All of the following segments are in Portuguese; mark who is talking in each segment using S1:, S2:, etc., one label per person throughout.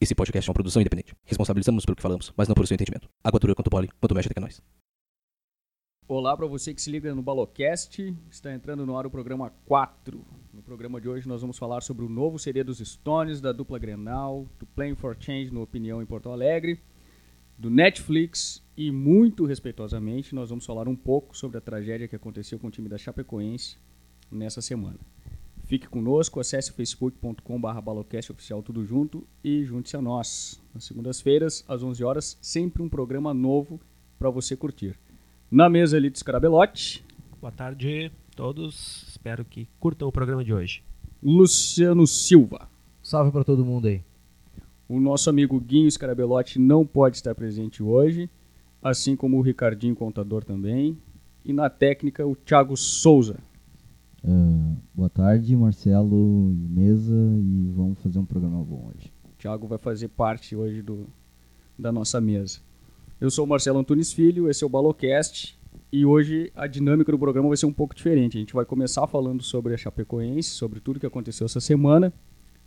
S1: Esse podcast é uma produção independente. Responsabilizamos pelo que falamos, mas não pelo seu entendimento. Água dura quanto pole, quanto mexe até que é nós.
S2: Olá para você que se liga no Balocast, está entrando no ar o programa 4. No programa de hoje nós vamos falar sobre o novo CD dos Stones, da dupla Grenal, do Playing for Change no Opinião em Porto Alegre, do Netflix e muito respeitosamente nós vamos falar um pouco sobre a tragédia que aconteceu com o time da Chapecoense nessa semana. Fique conosco, acesse facebook.com.br balocastoficial tudo junto e junte-se a nós. Nas segundas-feiras, às 11 horas, sempre um programa novo para você curtir. Na mesa, Elite Scarabelotti,
S3: Boa tarde a todos. Espero que curtam o programa de hoje.
S2: Luciano Silva.
S4: Salve pra todo mundo aí.
S2: O nosso amigo Guinho Scarabelotti não pode estar presente hoje, assim como o Ricardinho Contador também. E na técnica, o Thiago Souza.
S5: Ah, boa tarde, Marcelo e mesa, e vamos fazer um programa bom hoje.
S2: O Thiago vai fazer parte hoje do, da nossa mesa. Eu sou o Marcelo Antunes Filho, esse é o Balocast, e hoje a dinâmica do programa vai ser um pouco diferente. A gente vai começar falando sobre a Chapecoense, sobre tudo que aconteceu essa semana,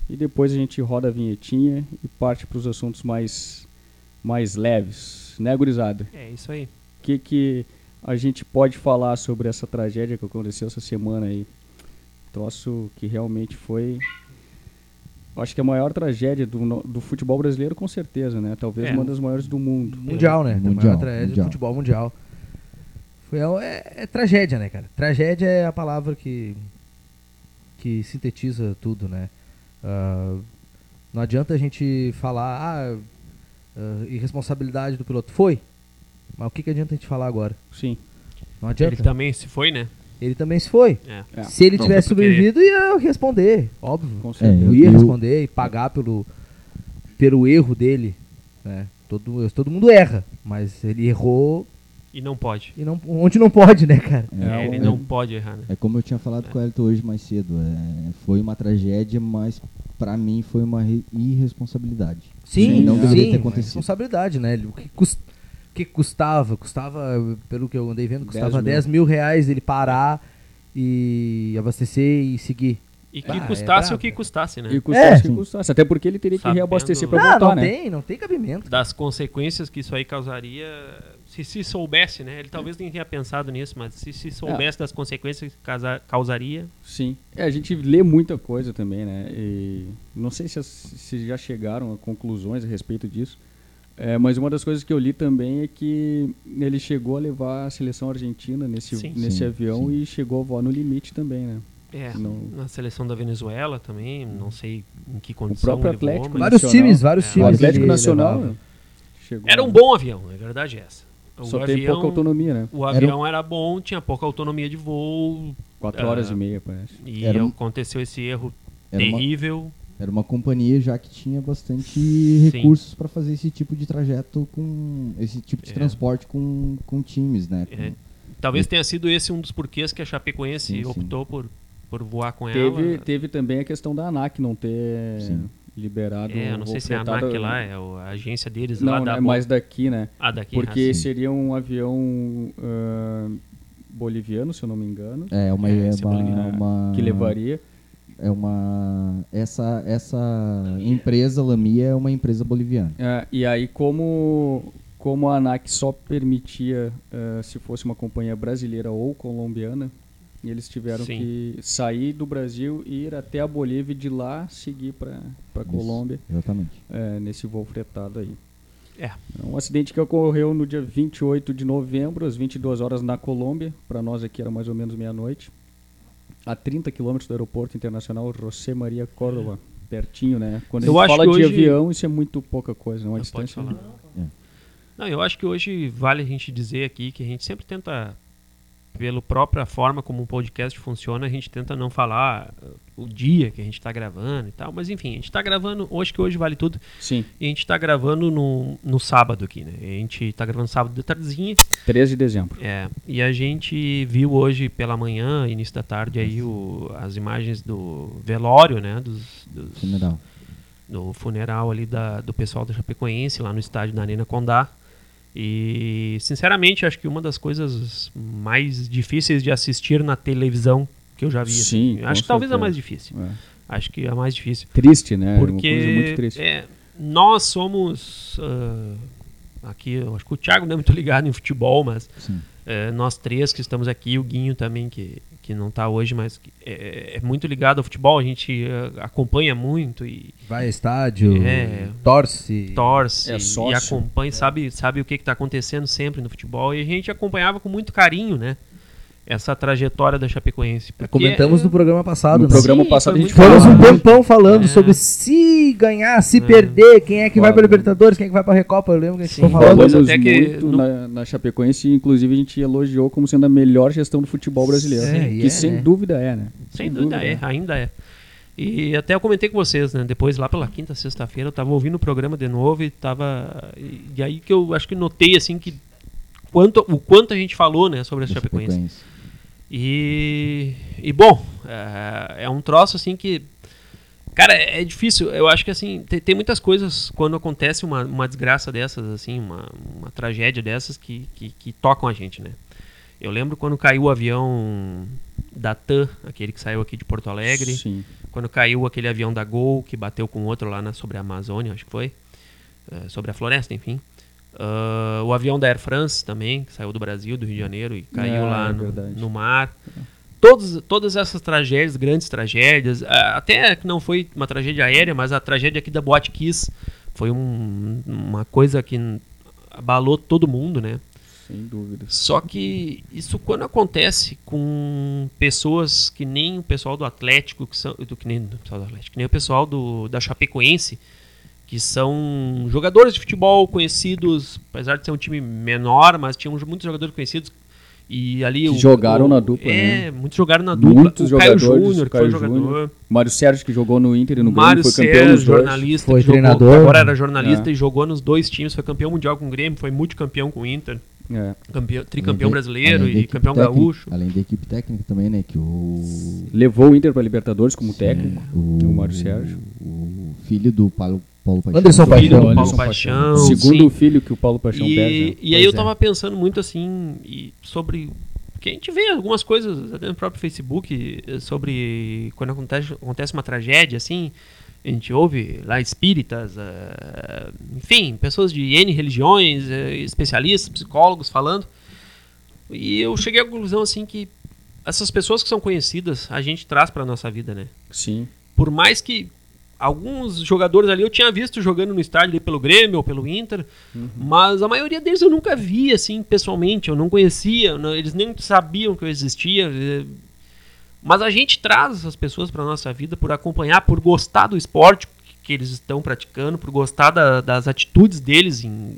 S2: e depois a gente roda a vinhetinha e parte para os assuntos mais, mais leves, né, gurizada?
S3: É isso aí.
S2: O que, que a gente pode falar sobre essa tragédia que aconteceu essa semana aí? Troço que realmente foi. Acho que a maior tragédia do, no- do futebol brasileiro, com certeza, né? Talvez
S3: É.
S2: uma das maiores do mundo.
S4: Mundial, né? Tem
S5: Mundial,
S4: maior tragédia do
S5: mundial.
S4: futebol mundial. Foi, a- é, é tragédia, né, cara? Tragédia é a palavra que, que sintetiza tudo, né? Ah, não adianta a gente falar, ah, ah, irresponsabilidade do piloto. Foi. Mas o que, que adianta a gente falar agora?
S2: Sim.
S4: Não adianta.
S3: Ele também se foi, né?
S4: Ele também se foi.
S3: É.
S2: É.
S4: Se ele
S5: Não,
S4: tivesse
S3: foi por querer.
S4: sobrevivido, ia responder, óbvio.
S2: Com
S5: É,
S2: certeza.
S4: Eu ia
S5: Eu-
S4: responder e pagar pelo, pelo erro dele. Né? Todo, todo mundo erra, mas ele errou
S3: E não pode.
S4: e não, onde não pode, né, cara?
S3: É, ele
S5: é,
S3: não pode errar, né?
S5: é como eu tinha falado com o Elton hoje mais cedo. é, foi uma tragédia, mas pra mim foi uma re- irresponsabilidade.
S4: Sim,
S5: não
S4: sim,
S5: deveria ter
S4: mas
S5: acontecido.
S4: responsabilidade, né? Ele- O que, cus- o que custava? Custava, pelo que eu andei vendo, custava
S2: 10 mil.
S4: 10 mil reais ele parar e abastecer e seguir.
S3: E que
S4: Ah, é
S3: custasse
S4: brabo,
S3: o que
S4: cara.
S3: custasse, né?
S2: E custasse
S5: É.
S2: que custasse. Até porque ele teria que
S3: Sabendo-
S2: reabastecer pra
S4: Não,
S2: voltar,
S4: Ah, não
S2: né?
S4: tem, não tem cabimento.
S3: Das consequências que isso aí causaria. Se se soubesse, né? Ele talvez nem tenha pensado nisso, mas se se
S2: É.
S3: soubesse das consequências que causa- causaria.
S2: Sim. É, a gente lê muita coisa também, né? E não sei se, as- se já chegaram a conclusões a respeito disso. É, mas uma das coisas que eu li também é que ele chegou a levar a seleção argentina nesse,
S3: Sim.
S2: nesse
S5: Sim,
S2: avião
S5: sim.
S2: e chegou a voar no limite também, né?
S3: É,
S2: Não.
S3: na seleção da Venezuela também, não sei em que condição.
S2: próprio
S3: ele voou,
S2: Atlético,
S3: mas-
S4: Vários
S2: Nacional.
S4: times, vários
S3: É.
S2: O
S4: times.
S2: Atlético
S4: ele
S2: Nacional
S4: levava.
S2: chegou.
S3: Era um bom avião, a verdade é essa. O
S2: Só tem
S3: avião,
S2: pouca autonomia, né?
S3: o
S5: Era um-
S3: avião era bom, tinha pouca autonomia de voo,
S2: Quatro
S3: Ah.
S2: horas e meia, parece.
S3: E
S5: Era um-
S3: aconteceu esse erro
S5: Era uma-
S3: terrível.
S5: Era uma companhia já que tinha bastante
S3: Sim.
S5: recursos pra fazer esse tipo de trajeto com. esse tipo de
S3: É.
S5: transporte com, com times, né?
S3: É.
S5: Com-
S3: Talvez tenha sido esse um dos porquês que a Chapecoense
S5: Sim, sim.
S3: optou por, por voar com
S2: Teve,
S3: ela.
S2: teve também a questão da ANAC não ter
S5: Sim.
S2: liberado
S3: É, eu
S2: o
S3: não
S2: voo
S3: sei se é a ANAC
S2: fretado-
S3: lá, é o- a agência deles lá
S2: Não,
S3: da
S2: né,
S3: Bo-
S2: mas daqui, né?
S3: Ah, daqui.
S2: Porque
S3: ah, sim.
S2: seria um avião ah, boliviano, se eu não me engano,
S5: É, uma,
S3: É,
S5: é
S3: esse é
S5: uma,
S3: boliviano.
S5: uma-
S2: que levaria.
S5: É uma. Essa, essa empresa, Lamia, é uma empresa boliviana.
S2: Ah, e aí, como, como a ANAC só permitia ah, se fosse uma companhia brasileira ou colombiana, eles tiveram
S3: Sim.
S2: que sair do Brasil e ir até a Bolívia e de lá seguir para a
S5: Isso,
S2: Colômbia
S5: Exatamente.
S2: eh, nesse voo fretado aí.
S3: É.
S2: É Um acidente que ocorreu no dia 28 de novembro, às 22 horas, na Colômbia. Para nós aqui era mais ou menos meia-noite. A 30 quilômetros do aeroporto internacional José Maria Córdoba. Pertinho, né? Quando
S3: Eu
S2: a gente
S3: acho
S2: fala
S3: que
S2: de
S3: hoje-
S2: avião, isso é muito pouca coisa, não é uma
S3: Não, pode
S2: distância.
S3: falar.
S5: É.
S3: Não, eu acho que hoje vale a gente dizer aqui que a gente sempre tenta, pela própria forma como o podcast funciona, a gente tenta não falar ah, o dia que a gente está gravando e tal. Mas enfim, a gente está gravando, hoje que hoje vale tudo.
S2: Sim,
S3: E a gente está gravando no, no sábado aqui, né? E A gente está gravando sábado de tardezinha.
S2: 13 de dezembro.
S3: É, e a gente viu hoje pela manhã, início da tarde, aí o- as imagens do velório, né? Dos, dos-
S5: Funeral.
S3: do funeral ali da, do pessoal da Chapecoense, lá no estádio da Arena Condá. E, sinceramente, acho que uma das coisas mais difíceis de assistir na televisão que eu já vi.
S2: Sim,
S3: assim.
S2: com
S3: Acho que talvez a
S2: certeza.
S3: mais difícil.
S2: É.
S3: Acho que a mais difícil.
S2: Triste, né? Era
S3: Porque
S2: Uma coisa muito triste.
S3: é, nós somos. ah, aqui, eu acho que o Thiago não é muito ligado em futebol, mas
S5: Sim.
S3: eh, nós três que estamos aqui, o Guinho também, que, que não está hoje, mas que é, é muito ligado ao futebol, a gente eh, acompanha muito e
S4: Vai a estádio,
S3: É.
S4: torce.
S3: torce
S2: É
S3: e
S2: sócio.
S3: acompanha, sabe, sabe o que está acontecendo sempre no futebol. E a gente acompanhava com muito carinho, né? Essa trajetória da Chapecoense. porque- é,
S4: Comentamos no programa passado,
S1: No
S4: né?
S1: programa
S3: Sim,
S1: passado a
S3: foi
S1: gente
S3: muito
S1: falou.
S4: Ficamos um tempão falando
S3: É.
S4: sobre se ganhar, se perder, quem é que vai pra Libertadores, quem é que vai pra Recopa. Eu lembro que a gente
S3: Sim.
S4: ficou falando.
S3: Falamos
S2: Falamos
S3: até que
S2: muito
S3: no-
S2: na, na Chapecoense, inclusive a gente elogiou como sendo a melhor gestão do futebol brasileiro.
S4: Sim,
S2: que
S4: e é,
S2: sem
S4: né?
S2: dúvida é, né?
S3: Sem dúvida, é, ainda é. E até eu comentei com vocês, né? Depois, lá pela quinta, sexta-feira, eu tava ouvindo o programa de novo e tava. E e aí que eu acho que notei, assim, que quanto, o quanto a gente falou, né, sobre a
S5: da
S3: Chapecoense.
S5: Chapecoense.
S3: E, e bom, é, é um troço assim que. Cara, é difícil. Eu acho que assim, te- tem, muitas coisas quando acontece uma, uma desgraça dessas, assim, uma, uma tragédia dessas que, que, que tocam a gente, né? Eu lembro quando caiu o avião da TAM, aquele que saiu aqui de Porto Alegre
S2: Sim.
S3: quando caiu aquele avião da Gol que bateu com outro lá na, sobre a Amazônia, acho que foi, eh, sobre a floresta, enfim. Ah, o avião da Air France também, que saiu do Brasil, do Rio de Janeiro, e caiu
S2: Ah,
S3: lá
S2: é
S3: no,
S2: verdade.
S3: no mar. Todos, todas essas tragédias, grandes tragédias, ah, até que não foi uma tragédia aérea, mas a tragédia aqui da Boate Kiss foi um- uma coisa que n- abalou todo mundo, né?
S2: Sem dúvidas.
S3: Só que isso quando acontece com pessoas que nem o pessoal do Atlético, que são do que nem do pessoal do Atlético, que nem o pessoal do, da Chapecoense, que são jogadores de futebol conhecidos, apesar de ser um time menor, mas tinham muitos jogadores conhecidos e ali
S2: Que
S3: o-
S2: jogaram
S3: o-
S2: na dupla, né?
S3: É, muitos jogaram na dupla.
S2: Muitos
S3: o Caio
S2: jogadores,
S3: Júnior, que
S2: Caio
S3: foi jogador.
S2: Júnior. Mário Sérgio, que jogou no Inter e no
S3: Mário
S2: Grêmio, foi campeão
S3: Sérgio,
S2: nos dois.
S3: jornalista,
S4: Foi
S3: que jogou-
S4: treinador,
S3: que agora
S4: né?
S3: era jornalista
S2: É.
S3: e jogou nos dois times, foi campeão mundial com o Grêmio, foi multicampeão com o Inter,
S2: É.
S3: campeão,
S5: Além
S3: tricampeão
S5: de-
S3: brasileiro
S5: além da
S3: e
S5: equipe
S3: campeão
S5: técnica-
S3: gaúcho.
S5: Além da equipe técnica também, né? Que o.
S2: Levou o Inter para Libertadores como técnico.
S5: O,
S2: O Mário Sérgio.
S5: O filho do Paulo, Paulo Paixão.
S4: Anderson né?
S5: Do-
S4: Paixão.
S5: do
S3: Paulo
S5: Anderson
S3: Paixão. Não,
S2: Segundo
S3: Então, sim.
S2: filho que o Paulo Paixão perde.
S3: E,
S2: né?
S3: e aí
S4: Pois
S3: eu
S4: é.
S3: tava pensando muito assim e sobre que a gente vê algumas coisas até no próprio Facebook eh, sobre quando acontece, acontece uma tragédia assim, a gente ouve lá espíritas, ah, enfim, pessoas de N religiões, eh, especialistas, psicólogos falando. E eu cheguei à conclusão assim que essas pessoas que são conhecidas, a gente traz para nossa vida, né?
S2: Sim.
S3: Por mais que alguns jogadores ali eu tinha visto jogando no estádio ali pelo Grêmio ou pelo Inter, mas a maioria deles eu nunca vi assim pessoalmente, eu não conhecia, eu não- eles nem sabiam que eu existia. eh, Mas a gente traz essas pessoas para nossa vida por acompanhar, por gostar do esporte que eles estão praticando, por gostar da- das atitudes deles, em,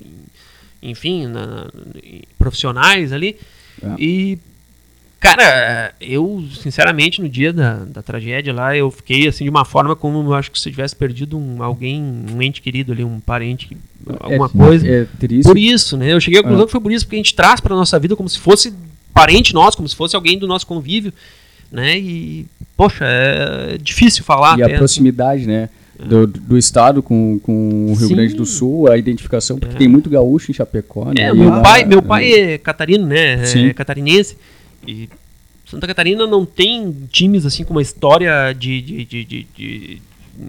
S3: em- enfim, na- em profissionais ali.
S2: É.
S3: E Cara, eu, sinceramente, no dia da, da tragédia lá, eu fiquei assim de uma forma como eu acho que se eu tivesse perdido um, alguém, um ente querido ali, um parente, que- alguma
S2: É-
S3: coisa.
S2: É triste.
S3: Por isso, né? Eu cheguei à
S2: É.
S3: conclusão que foi por isso, porque a gente traz pra nossa vida como se fosse parente nosso, como se fosse alguém do nosso convívio, né? E, poxa, é difícil falar
S2: e
S3: até.
S2: a proximidade, né? Do, do estado com, com o Rio
S3: É. Sim.
S2: Grande do Sul, a identificação, porque
S3: É.
S2: tem muito gaúcho em Chapecó, né?
S3: É,
S2: E
S3: meu
S2: lá-
S3: pai, meu pai é catarino, né?
S2: Sim.
S3: É catarinense. E Santa Catarina não tem times assim com uma história de. de- de- de- de-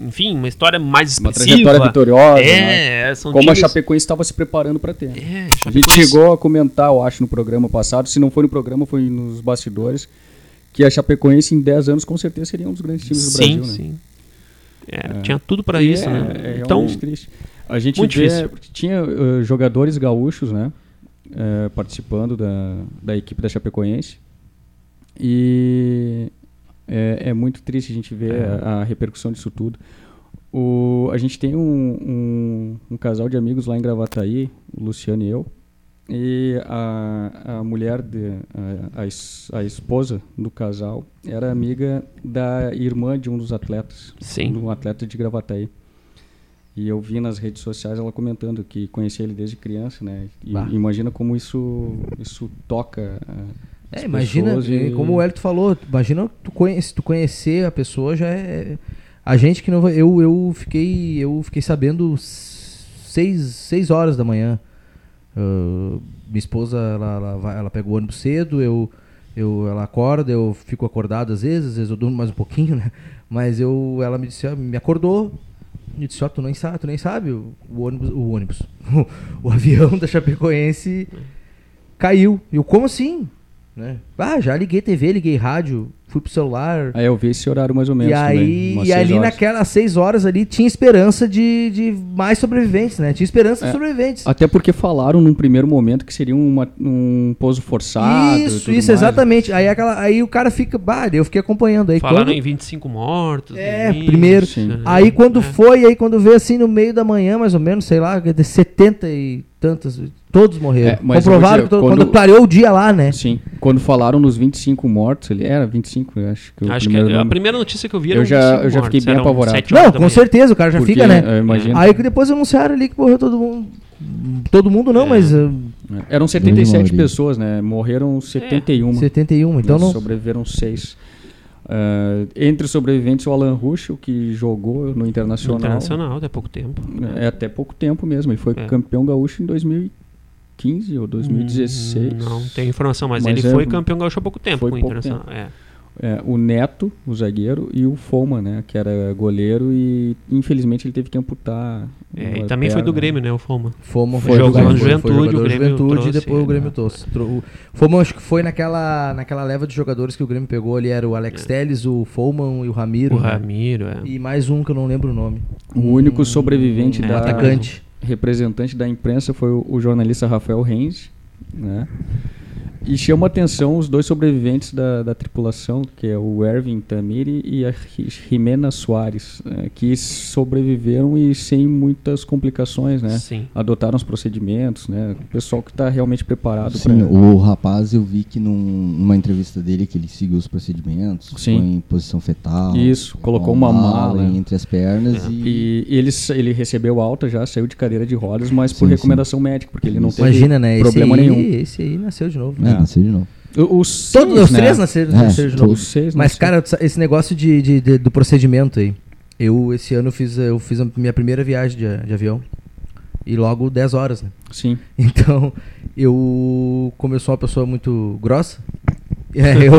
S3: enfim, uma história mais
S2: Uma
S3: expressiva.
S2: trajetória vitoriosa, né?
S3: É, são
S2: Como a
S3: times.
S2: Chapecoense estava se preparando para ter.
S3: É,
S2: A gente
S3: Chapecoense-
S2: chegou a comentar, eu acho, no programa passado, se não foi no programa, foi nos bastidores, que a Chapecoense em 10 anos com certeza seria um dos grandes times do Brasil,
S3: Sim,
S2: né?
S3: sim. É, Tinha tudo pra
S2: E
S3: isso,
S2: é,
S3: né?
S2: É
S3: então,
S2: realmente triste. A gente
S3: muito
S2: vê-
S3: difícil.
S2: tinha eh, jogadores gaúchos, né? eh, participando da, da equipe da Chapecoense. E é, é muito triste a gente ver
S3: É.
S2: a, a repercussão disso tudo. O, a gente tem um, um, um casal de amigos lá em Gravataí, o Luciano e eu. E a, a mulher, de, a, a, es- a esposa do casal, era amiga da irmã de um dos atletas
S3: sim.
S2: de um atleta de Gravataí. E eu vi nas redes sociais ela comentando que conhecia ele desde criança, né? E
S4: Bah.
S2: imagina como isso isso toca. ah,
S4: É,
S2: as
S4: imagina,
S2: pessoas
S4: é,
S2: e-
S4: como o Elito falou, imagina tu conhece, tu conhecer a pessoa já é. A gente que não vai. Eu, eu fiquei. Eu fiquei sabendo seis, seis horas da manhã. Ah, minha esposa, ela, ela, vai- ela pega o ônibus cedo, eu, eu, ela acorda, eu fico acordado às vezes, às vezes eu durmo mais um pouquinho, né? Mas eu, ela me disse, ah, me acordou, E disse, ó, tu nem sabe, tu nem sabe, o, o ônibus, o ônibus, o, avião da Chapecoense caiu. Eu, como assim? Né? Ah, já liguei TV, liguei rádio, fui pro celular.
S2: Aí eu vi esse horário mais ou menos.
S4: e aí, e ali naquelas seis horas ali tinha esperança de, de mais sobreviventes, né? Tinha esperança de
S2: É.
S4: sobreviventes.
S2: Até porque falaram num primeiro momento que seria uma- um pouso forçado. e
S4: isso,
S2: tudo mais.
S4: isso,
S2: né?
S4: exatamente. Aí, aquela, aí o cara fica, bah, eu fiquei acompanhando. Aí
S3: Falaram
S4: quando-
S3: em 25 mortos.
S4: É,
S3: no
S4: primeiro.
S3: início, né?
S4: Aí quando
S3: É.
S4: foi, aí quando veio assim no meio da manhã, mais ou menos, sei lá, de 70 e tantas, todos morreram.
S2: É, mas eu vou
S4: Comprovaram
S2: dizer,
S4: que todo, quando...
S2: quando-
S4: clareou o dia lá, né?
S2: Sim. Quando falaram nos 25 mortos, ele era 25, eu acho que o
S3: Acho que
S4: é
S2: primeiro
S3: a
S2: nome.
S3: primeira notícia que eu vi
S2: Eu
S3: era
S2: já-
S3: 25
S2: eu já fiquei
S3: mortos,
S2: bem
S3: eram
S2: apavorado.
S3: sete horas
S4: Não,
S3: da
S4: com
S3: manhã.
S4: certeza, o cara já
S2: Porque, é,
S4: fica, né?
S2: Eu imagino.
S4: Aí que depois anunciaram ali que morreu todo mundo. Todo mundo
S2: É.
S4: não, mas ah,
S2: Eram 77
S5: Maurício.
S2: pessoas, né? Morreram
S4: É.
S2: 71.
S4: 71, então
S2: Mas
S4: não.
S2: Sobreviveram seis. Ah, entre os sobreviventes, o Alan Ruschel, que jogou no Internacional,
S3: Internacional, até pouco tempo.
S2: é, até pouco tempo mesmo. Ele foi
S3: É.
S2: campeão gaúcho em 2015 ou 2016.
S3: Hum, Não tenho informação, mas,
S2: Mas
S3: ele
S2: é-
S3: foi campeão gaúcho há pouco tempo
S2: foi
S3: com o
S2: pouco
S3: Internacional. É.
S2: É, o Neto, o zagueiro, e o Foma, né? Que era goleiro e infelizmente ele teve que amputar.
S3: É,
S2: a
S3: e também foi
S2: perna.
S3: do Grêmio, né? O Foma.
S4: Fomo
S3: Foi
S4: jogador-
S3: jogando
S4: foi
S3: Juventude,
S4: jogador
S3: o
S4: do
S3: Grêmio
S4: Juventude e
S3: trouxe
S4: depois o
S3: ele,
S4: Grêmio
S3: né?
S4: trouxe. Tro- o Fomo acho que foi naquela, naquela leva de jogadores que o Grêmio pegou ali, era o Alex Telles, o Foman e o Ramiro.
S3: É. O
S4: né?
S3: Ramiro, é.
S4: E mais um que eu não lembro o nome.
S2: O único sobrevivente
S3: É,
S2: da
S4: atacante.
S2: representante da imprensa foi o, o jornalista Rafael Reis, né? E chama atenção os dois sobreviventes da, da tripulação, que é o Erwin Tamiri e a Ri- Jimena Soares, né, que sobreviveram e sem muitas complicações, né?
S3: Sim.
S2: Adotaram os procedimentos, né? O pessoal que está realmente preparado
S5: Sim,
S2: pra-
S5: o rapaz eu vi que num- numa entrevista dele que ele seguiu os procedimentos,
S2: Sim.
S5: foi em posição fetal.
S2: Isso, colocou uma mala.
S5: entre as pernas e,
S2: E ele, sa- ele recebeu alta já, saiu de cadeira de rodas, mas por
S5: Sim,
S2: recomendação médica, porque ele não teve
S4: Imagina, né? Esse
S2: problema
S4: aí,
S2: nenhum.
S4: Esse aí nasceu de novo.
S5: É,
S4: né?
S5: nasceu de novo.
S2: O- Os
S4: Todos
S2: seis,
S4: os
S2: né?
S4: três nasceram,
S5: É,
S4: nasceram de novo.
S2: Os seis
S4: Mas,
S2: nasceram.
S4: cara, esse negócio de, de- de- do procedimento aí. Eu, esse ano, fiz, eu fiz a minha primeira viagem de, de avião. E logo 10 horas, né?
S2: Sim.
S4: Então, eu. Como eu sou uma pessoa muito grossa, é, eu,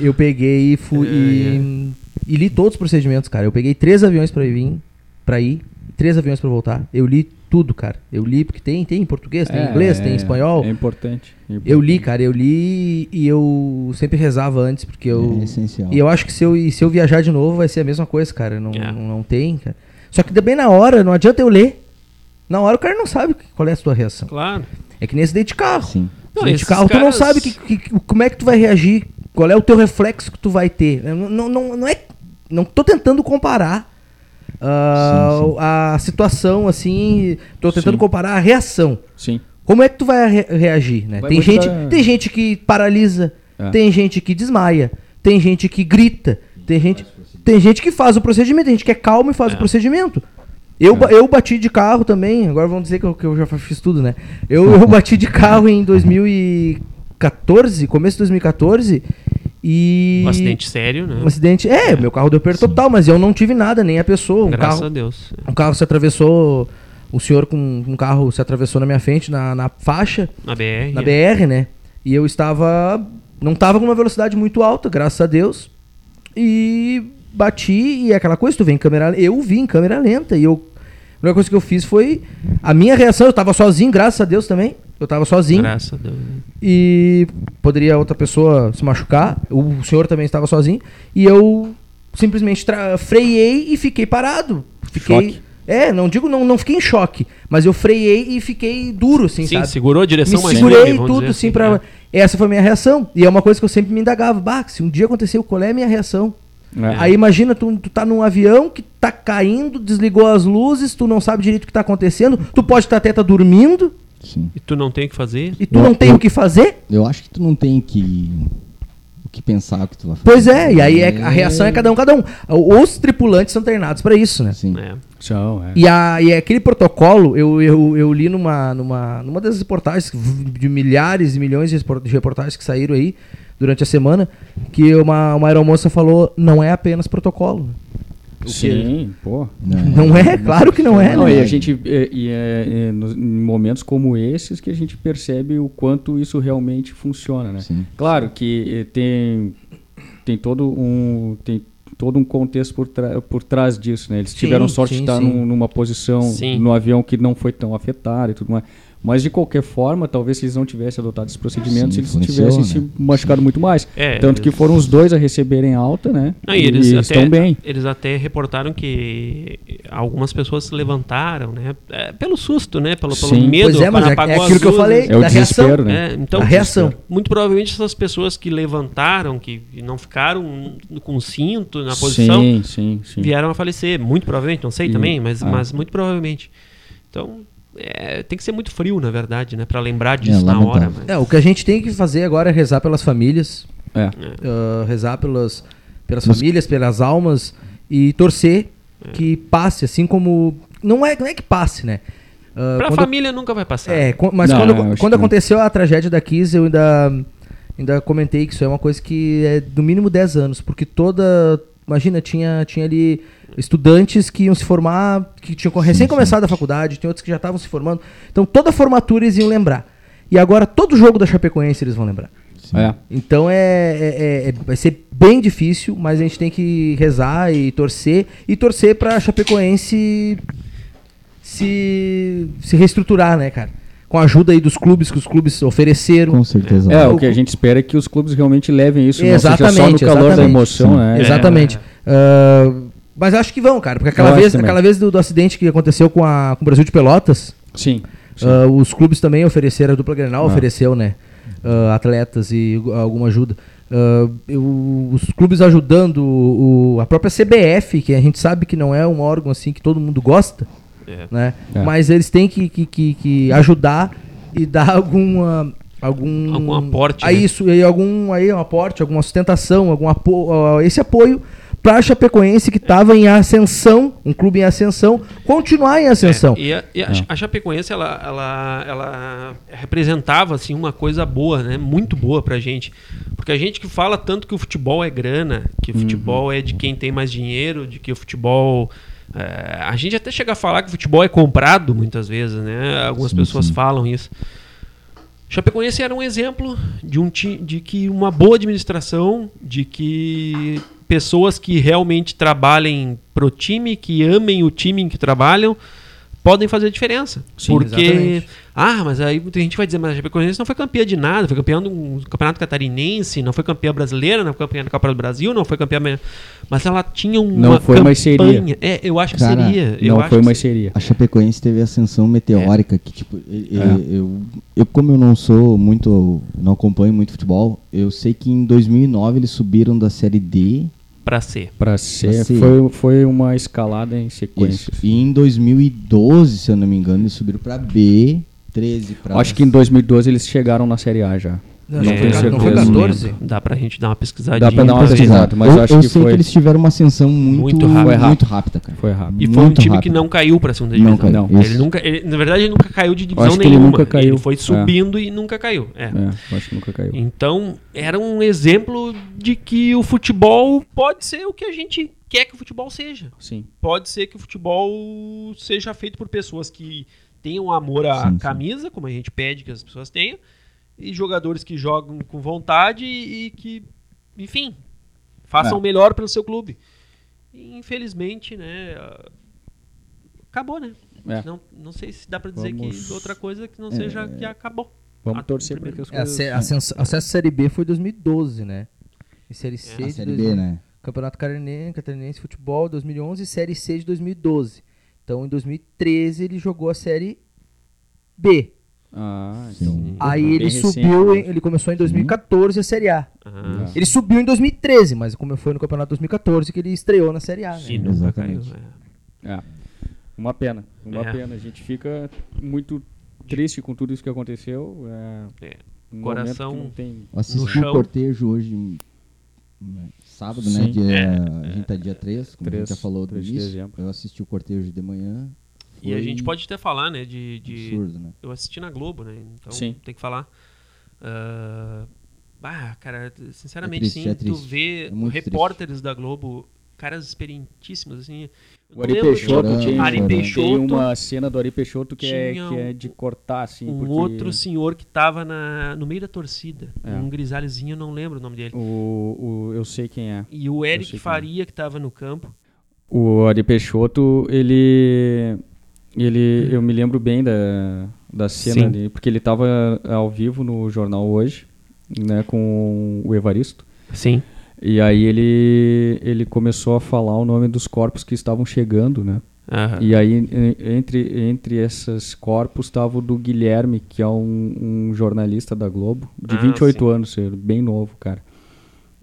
S4: eu peguei e fui. e, e li todos os procedimentos, cara. Eu peguei três aviões pra vir, pra ir, três aviões pra voltar. Eu li tudo, cara. Eu li, porque tem, tem em português, tem em
S2: É,
S4: inglês,
S2: é,
S4: tem em espanhol.
S2: É importante.
S4: Eu li, cara, eu li e eu sempre rezava antes, porque eu.
S5: É essencial.
S4: E eu acho que se eu, e se eu viajar de novo vai ser a mesma coisa, cara. Não,
S3: É.
S4: não, não tem, cara. Só que bem na hora, não adianta eu ler. Na hora o cara não sabe qual é a sua reação.
S3: Claro.
S4: É que nem acidente de carro.
S5: Sim.
S3: Não,
S4: acidente de
S3: esses
S4: carro, tu não
S3: caras-
S4: sabe que, que- que- como é que tu vai reagir, qual é o teu reflexo que tu vai ter. Eu Não, não, não é. Não tô tentando comparar ah,
S5: Sim, sim.
S4: a situação, assim. Tô tentando
S2: Sim.
S4: comparar a reação.
S2: Sim.
S4: Como é que tu vai re- reagir, né?
S2: Vai
S4: Tem
S2: muito
S4: gente,
S2: da-
S4: tem gente que paralisa,
S2: É.
S4: tem gente que desmaia, tem gente que grita, tem gente, tem gente que faz o procedimento, tem gente que é calmo e faz o procedimento. Eu,
S3: É.
S4: ba- eu bati de carro também, agora vão dizer que eu, que eu já fiz tudo, né? Eu, eu bati de carro em 2014, começo de 2014, e...
S3: Um acidente sério, né?
S4: Um acidente- é, meu carro deu perda total, mas eu não tive nada, nem a pessoa. Um
S3: Graças
S4: carro,
S3: a Deus.
S4: um carro se atravessou, um senhor com um carro se atravessou na minha frente, na, na faixa,
S3: Na BR.
S4: na
S3: é.
S4: BR, né? E eu estava. Não estava com uma velocidade muito alta, graças a Deus. E bati, e é aquela coisa, tu vem em câmera. Eu vi em câmera lenta, e eu. A única coisa que eu fiz foi. A minha reação, eu estava sozinho, graças a Deus também. Eu estava sozinho.
S3: Graças a Deus.
S4: E poderia outra pessoa se machucar. O senhor também estava sozinho. E eu simplesmente tra- freiei e fiquei parado. Fiquei.
S2: Choque.
S4: É, não digo, não, não fiquei em choque, mas eu freiei e fiquei duro, assim,
S3: Sim,
S4: sabe?
S3: segurou a
S4: me
S3: direção mais
S4: segurei
S3: firme, vamos
S4: tudo
S3: dizer
S4: assim pra.
S3: é.
S4: Essa foi a minha reação. E é uma coisa que eu sempre me indagava. Bah, se um dia aconteceu, qual é a minha reação? É.
S2: É.
S4: Aí imagina, tu, tu tá num avião que tá caindo, desligou as luzes, tu não sabe direito o que tá acontecendo, tu pode estar até tá dormindo
S5: Sim.
S3: E tu não tem o que fazer?
S4: e tu não tem o que fazer.
S5: Eu acho que tu não tem que o que pensar o que tu vai fazer.
S4: Pois é, e aí é- a reação é cada um, cada um. Os tripulantes são treinados pra isso, né?
S5: Sim.
S3: É.
S2: São, é.
S4: E, a, e aquele protocolo, eu, eu, eu li numa, numa, numa das reportagens, de milhares e milhões de repor- de reportagens que saíram aí durante a semana, que uma, uma aeromoça falou, não é apenas protocolo.
S2: Sim, pô.
S4: Não é? Claro que não é.
S2: Não,
S4: né?
S2: e a gente, é, e é, é nos- em momentos como esses que a gente percebe o quanto isso realmente funciona, né?
S5: Sim.
S2: Claro que eh, tem, tem todo um. Tem todo um contexto por, tra- por trás disso, né? Eles
S4: Sim,
S2: tiveram sorte
S4: sim,
S2: de estar
S4: sim.
S2: num- numa posição
S3: Sim.
S2: no avião que não foi tão afetada e tudo mais. Mas de qualquer forma, talvez se eles não tivessem adotado esses procedimentos,
S5: Sim,
S2: eles
S5: influenciou,
S2: tivessem
S5: né?
S2: se machucado muito mais.
S3: É,
S2: Tanto que
S3: eles-
S2: foram os dois a receberem alta, né?
S3: Não, e eles, até,
S2: estão bem.
S3: eles até reportaram que algumas pessoas se levantaram, né? É, Pelo susto, né? Pelo, pelo
S2: Sim.
S3: medo.
S4: Pois é, mas é- é
S3: apagou
S4: aquilo
S3: as
S4: que eu
S3: luzes.
S4: falei,
S2: É o
S4: da reação.
S2: desespero, né?
S3: É, então,
S4: A reação.
S3: Muito provavelmente essas pessoas que levantaram, que não ficaram com cinto na posição,
S2: Sim, sim, sim.
S3: vieram a falecer. Muito provavelmente, não sei
S2: E-
S3: também, mas,
S2: ah.
S3: mas muito provavelmente. Então, é, tem que ser muito frio, na verdade, né? Pra lembrar
S5: É,
S3: disso na
S5: lamentável.
S3: hora. mas-
S4: É, o que a gente tem que fazer agora é rezar pelas famílias,
S2: É.
S4: ah, rezar pelas, pelas famílias, pelas almas e torcer que passe, assim como. Não é, não é que passe, né? Ah,
S3: Pra
S4: quando-
S3: família nunca vai passar.
S4: É, co- mas
S2: Não, eu
S4: quando,
S2: acho
S4: quando
S2: que não.
S4: aconteceu a tragédia da Kiss, eu ainda, ainda comentei que isso é uma coisa que é no mínimo 10 anos, porque toda. Imagina, tinha, tinha ali estudantes que iam se formar, que tinham recém começado a faculdade, tem outros que já estavam se formando. Então toda formatura eles iam lembrar. E agora todo jogo da Chapecoense eles vão lembrar.
S2: É.
S4: Então é, é- é- é- vai ser bem difícil, mas a gente tem que rezar e torcer e torcer pra Chapecoense se se reestruturar, né, cara? Com a ajuda aí dos clubes que os clubes ofereceram.
S5: Com certeza.
S2: É,
S5: não.
S2: o que a gente espera é que os clubes realmente levem isso, não seja só no
S4: Exatamente,
S2: calor da
S4: exatamente.
S2: emoção, né?
S4: Exatamente. Ah, mas acho que vão, cara, porque aquela
S2: Eu acho
S4: vez,
S2: também.
S4: aquela vez do, do acidente que aconteceu com, a, com o Brasil de Pelotas,
S2: Sim. sim.
S4: Ah, os clubes também ofereceram, a dupla Grenal ofereceu, né? ah, atletas e alguma ajuda. Ah, eu- os clubes ajudando o- a própria CBF, que a gente sabe que não é um órgão assim que todo mundo gosta,
S3: É.
S4: né?
S2: É.
S4: Mas eles têm que, que, que- que ajudar e dar alguma algum
S3: Algum aporte,
S4: a
S3: né?
S4: isso e algum aí um aporte, alguma sustentação, algum apo, ah, esse apoio para a Chapecoense que estava em ascensão, um clube em ascensão, continuar em ascensão.
S3: É, e a, e a- a Chapecoense, ela, ela, ela representava, assim, uma coisa boa, né? Muito boa pra gente. Porque a gente que fala tanto que o futebol é grana, que o futebol é de quem tem mais dinheiro, de que o futebol... eh, a gente até chega a falar que o futebol é comprado muitas vezes, né? Algumas pessoas falam isso. Chapecoense era um exemplo de, um ti- de que uma boa administração, de que pessoas que realmente trabalhem pro time, que amem o time em que trabalham, podem fazer a diferença.
S4: Sim,
S3: Porque,
S4: exatamente.
S3: ah, mas aí muita gente vai dizer, mas a Chapecoense não foi campeã de nada, foi campeã do Campeonato Catarinense, não foi campeã brasileira, não foi campeã da Copa do Brasil, não foi campeã... Mas ela tinha uma
S2: Não foi,
S3: campanha.
S2: mas seria.
S3: É, eu acho que
S5: Cara,
S3: seria. Eu
S2: Não
S3: acho
S2: foi,
S3: que
S2: mas
S3: seria.
S2: seria.
S5: A Chapecoense teve ascensão meteórica que tipo e- e-
S2: É.
S5: eu, eu como eu não sou muito não acompanho muito futebol eu sei que em 2009 eles subiram da série D
S3: Pra ser.
S2: Pra ser,
S5: Assim.
S2: foi, foi uma escalada em
S5: isso,
S2: sequência.
S5: e em 2012 se eu não me engano eles subiram pra B 13 pra
S2: Acho que em 2012 eles chegaram na Série A já.
S4: Não, acho
S2: Não
S4: que foi
S2: tenho
S4: ca- não foi
S2: certeza.
S4: 14?
S3: É, Dá pra gente dar uma pesquisadinha.
S2: Dá pra dar uma
S3: Mas-
S2: pesquisada, mas
S5: eu,
S2: acho
S5: eu
S2: que
S5: sei
S2: foi,
S5: que eles tiveram uma ascensão muito
S3: Muito rápido.
S5: muito rápida cara
S2: foi rápido.
S3: E foi um
S5: Muito
S3: time que
S5: rápido.
S3: não caiu pra segunda
S5: Não
S3: divisão.
S5: caiu,
S3: Ele
S5: isso.
S3: nunca, ele- na verdade, ele nunca caiu de divisão
S2: Acho que ele
S3: nenhuma.
S2: nunca caiu.
S3: foi subindo e nunca caiu. É.
S2: É, eu acho que nunca caiu.
S3: Então, era um exemplo de que o futebol pode ser o que a gente quer que o futebol seja.
S2: Sim.
S3: Pode ser que o futebol seja feito por pessoas que tenham amor à
S5: Sim, sim.
S3: camisa, como a gente pede que as pessoas tenham, e jogadores que jogam com vontade e, e que, enfim, façam
S2: É.
S3: o melhor pelo seu clube. E, infelizmente, né, ah, acabou, né?
S2: É.
S3: Não, não sei se dá pra dizer
S2: Vamos- é,
S3: que outra coisa que não seja que acabou.
S2: Vamos
S3: Ah,
S2: torcer para
S3: primeiro.
S2: que as
S4: É, a
S2: coisas...
S4: sé- ascens- acesso à Série B foi 2012, né? E Série C
S2: É,
S5: a
S4: de
S5: série B
S4: 2000,
S5: né
S4: Campeonato Catarinense, Catarinense Futebol 2011 e Série C de 2012. Então, em 2013, ele jogou a Série B.
S2: Ah,
S5: Sim.
S4: Aí
S2: Bem
S4: ele
S2: recente,
S4: subiu,
S2: né?
S4: em- ele começou em 2014 a Série A.
S3: Ah,
S4: Ele subiu em 2013, mas como foi no Campeonato 2014 que ele estreou na Série A, né?
S3: e nunca caiu.
S5: exatamente.
S3: é.
S2: É. Uma pena, uma
S3: É.
S2: pena. A gente fica muito triste com tudo isso que aconteceu. É,
S3: É.
S2: um
S3: Coração-
S2: momento que não tem-
S5: Eu assisti
S3: No
S5: o
S3: chão.
S5: cortejo hoje, hum, né, sábado, né?
S2: Sim.
S5: Dia,
S3: É.
S5: A gente tá dia 3, como a
S2: Três,
S5: gente já falou do
S2: três de
S5: início.
S2: dezembro.
S5: Eu assisti o cortejo de manhã.
S3: E a
S5: Foi um
S3: gente pode até falar, né, de- de,
S5: Absurdo, né?
S3: Eu assisti na Globo, né? Então
S2: Sim.
S3: tem que falar. Ah, bah, cara, sinceramente,
S5: É triste,
S3: sim,
S5: é
S3: tu
S5: triste.
S3: vê
S5: É muito
S3: repórteres da Globo caras experientíssimos, assim. Eu
S2: O Ari
S3: lembro que
S2: Peixoto
S5: Chorando,
S2: tinha, um né?
S5: Ari
S2: tem
S3: Peixoto.
S2: uma cena do Ari Peixoto que, é,
S3: Tinha
S2: que é
S3: um-
S2: de cortar, assim.
S3: um
S2: porque
S3: outro senhor que tava na, no meio da torcida.
S2: É.
S3: Um grisalhozinho, eu não lembro o nome dele.
S2: O, o, eu sei quem é.
S3: E o
S2: sei
S3: Eric
S2: quem é.
S3: Faria, que tava no campo.
S2: O Ari Peixoto, ele. ele eu me lembro bem da, da cena
S3: Uhum. Sim.
S2: ali, porque ele estava ao vivo no jornal hoje, né, com o Evaristo.
S3: Sim.
S2: E aí ele, ele começou a falar o nome dos corpos que estavam chegando, né? E
S3: Uhum.
S2: aí, en- entre, entre esses corpos, estava o do Guilherme, que é um, um jornalista da Globo, de
S3: Ah,
S2: 28
S3: sim.
S2: anos, ele é bem novo, cara.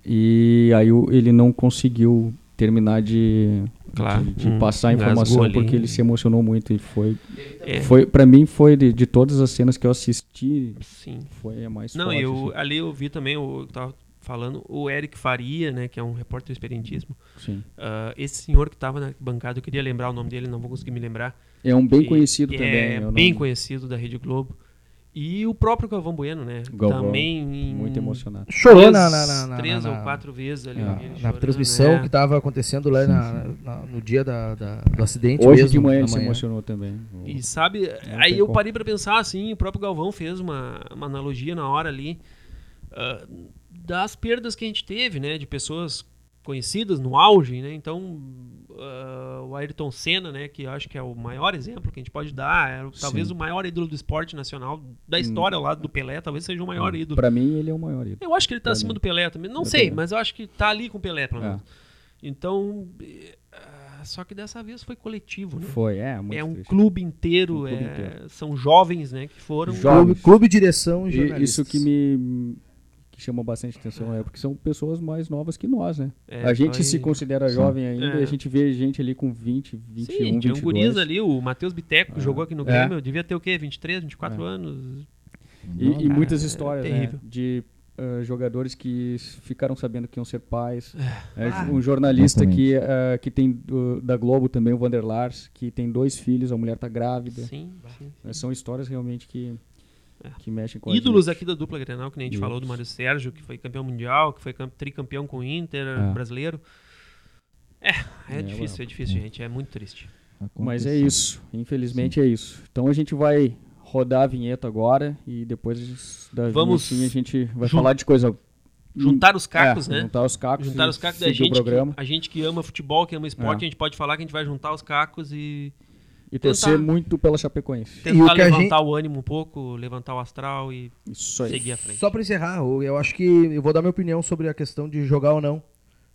S2: E aí o- ele não conseguiu terminar de,
S3: Claro.
S2: de, de
S3: Hum,
S2: passar a
S3: engasgou
S2: informação,
S3: ali.
S2: porque ele se emocionou muito. E foi,
S3: É,
S2: foi para mim, foi de, de todas as cenas que eu assisti,
S3: sim.
S2: foi a mais
S3: Não,
S2: forte,
S3: eu
S4: assim.
S3: ali eu vi também, o- eu tava falando, o Eric Faria, né, que é um repórter experientíssimo.
S2: assim, sim.
S3: Ah, esse senhor que tava na bancada, eu queria lembrar o nome dele, não vou conseguir me lembrar.
S2: É um bem
S3: E-
S2: conhecido
S3: é
S2: também. eu não-
S3: bem conhecido da Rede Globo. E o próprio Galvão Bueno, né?
S2: Galvão,
S3: também em
S2: Muito emocionado.
S4: Chorou
S3: três-
S4: na, na, na, na-
S3: três
S4: na-
S3: ou quatro vezes ali.
S2: na-
S3: ele
S4: na
S3: chorando,
S4: transmissão
S3: é.
S4: que tava acontecendo lá na- na- no dia da, da- do acidente
S2: Hoje
S4: mesmo.
S2: de manhã
S4: da
S2: ele se emocionou também.
S3: E sabe,
S2: tem
S3: aí eu
S2: como.
S3: parei pra pensar assim, o próprio Galvão fez uma, uma analogia na hora ali ah, das perdas que a gente teve, né, de pessoas conhecidas no auge, né? Então, ah, o Ayrton Senna, né, que eu acho que é o maior exemplo que a gente pode dar, é o- talvez
S2: Sim. Hum.
S3: o maior ídolo do esporte nacional da história ao lado do Pelé, talvez seja o maior ídolo.
S2: Pra mim, ele é o maior ídolo.
S3: Eu acho que ele tá
S2: Pra
S3: acima
S2: mim.
S3: do Pelé também. Não
S2: Eu
S3: sei,
S2: também.
S3: mas eu acho que tá ali com o Pelé, pelo
S2: É.
S3: menos. Então, eh, ah, só que dessa vez foi coletivo, né?
S2: Foi, é, muito
S3: é um
S2: triste.
S3: clube inteiro,
S2: Um clube
S3: é-
S2: inteiro.
S3: são jovens, né, que foram
S2: Jovens.
S4: Clube, clube direção e
S2: E
S4: jornalistas.
S2: isso que me que chama bastante atenção é porque são pessoas mais novas que nós, né?
S3: É,
S2: a gente
S3: foi-
S2: se considera jovem ainda
S3: É.
S2: e a gente vê gente ali com 20, 21,
S3: Sim, tinha um
S2: 22.
S3: guriz ali, o Matheus Biteco que jogou aqui no
S2: É.
S3: Grêmio, devia ter o quê? 23, 24 anos.
S2: E, e
S5: Não,
S2: muitas histórias,
S3: é
S2: né?
S3: terrível.
S2: De ah, jogadores que s- ficaram sabendo que iam ser pais. É, um jornalista
S5: Exatamente.
S2: que, ah, que tem do- da Globo também, o Vander Lars, que tem dois filhos, a mulher tá grávida.
S3: Sim, sim.
S2: É, São histórias realmente que,
S3: É.
S2: que mexem com a
S3: Ídolos aqui da dupla Grenal, que nem a gente
S2: Ídolos.
S3: falou do Mário Sérgio, que foi campeão mundial, que foi cam- tricampeão com o Inter,
S2: É.
S3: brasileiro. É, é,
S2: É,
S3: difícil, é difícil, gente, é muito triste.
S5: aconteceu.
S2: Mas é isso, infelizmente é isso. Então a gente vai rodar a vinheta agora e depois da
S3: Vamos
S2: vinhetinha a gente vai
S3: jun-
S2: falar de coisa.
S3: Juntar os cacos,
S2: É,
S3: né?
S2: Juntar os cacos.
S3: Juntar
S2: e
S3: os cacos da
S2: seguir
S3: gente,
S2: o programa
S3: que, a gente que ama futebol, que ama esporte,
S2: É.
S3: a gente pode falar que a gente vai juntar os cacos e
S2: e torcer
S3: tentar-
S2: muito pela Chapecoense.
S4: E o
S3: tentar
S4: que a
S3: levantar o ânimo um pouco, levantar o astral e
S2: Isso aí.
S3: seguir à frente.
S4: Só pra encerrar, eu eu acho que eu vou dar minha opinião sobre a questão de jogar ou não,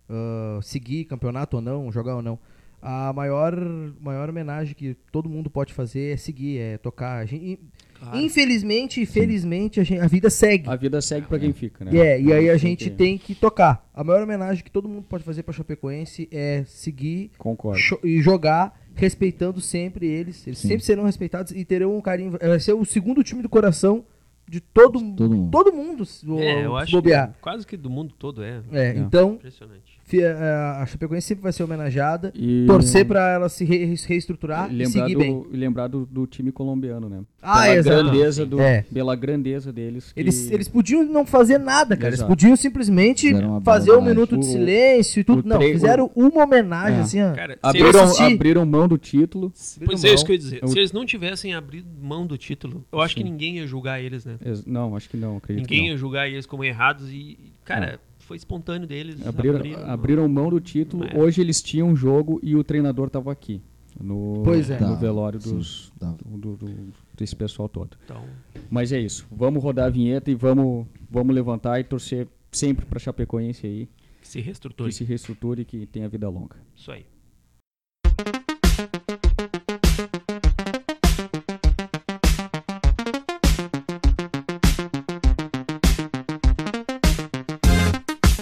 S4: ah, seguir campeonato ou não, jogar ou não. A maior, maior homenagem que todo mundo pode fazer é seguir, é tocar. A gente-
S3: Claro.
S4: Infelizmente e felizmente a, gente- a vida segue.
S2: A vida segue pra quem fica, né?
S4: E É, e aí a
S2: que-
S4: gente tem que tocar. A maior homenagem que todo mundo pode fazer pra Chapecoense é seguir
S2: Concordo.
S4: cho- e jogar respeitando sempre eles. Eles sempre serão respeitados e terão um carinho. Vai ser o segundo time do coração de todo,
S5: Todo mundo.
S4: todo mundo se, bo-
S3: É, eu
S4: se
S3: acho
S4: bobear.
S3: que quase que do mundo todo é.
S4: É,
S2: É.
S4: Então,
S3: Impressionante.
S4: fi- eh, a a Chapecoense sempre vai ser homenageada.
S2: E-
S4: Torcer pra ela se re- se reestruturar
S2: e
S4: e,
S2: lembrar,
S4: seguir
S2: do,
S4: bem.
S2: lembrar do, do time colombiano, né?
S4: Ah,
S2: pela
S4: exato.
S2: grandeza do,
S4: É.
S2: Pela grandeza deles. que-
S4: Eles, eles podiam não fazer nada, cara. Eles
S2: Exato.
S4: podiam simplesmente
S5: Fizeram uma
S4: fazer um
S5: homenagem.
S4: minuto de
S2: O-
S4: silêncio e tudo.
S2: o
S4: Não,
S2: tre-
S4: fizeram uma homenagem,
S2: É.
S4: assim, ó.
S3: Cara, se eles,
S2: abriram,
S4: assisti-
S2: abriram mão do título.
S3: pois é, isso que eu ia
S2: Eu-
S3: dizer. Se eles não tivessem abrido mão do título, eu acho que ninguém ia julgar eles, né?
S2: Ex- Não, acho que não, acredito que
S3: Ninguém
S2: não. É.
S3: ia julgar eles como errados e, cara, foi espontâneo deles.
S2: Abriram, abriram mão do título.
S3: É.
S2: Hoje eles tinham um jogo e o treinador estava aqui. No,
S4: Pois é.
S2: no
S5: Tá,
S2: velório
S5: sim,
S2: dos,
S5: tá.
S2: do, do- desse pessoal todo.
S3: Então,
S2: Mas é isso. Vamos rodar a vinheta e vamos, vamos levantar e torcer sempre para Chapecoense aí.
S3: que se
S2: Que
S3: reestruture.
S2: se reestruture e que tenha vida longa.
S3: Isso aí.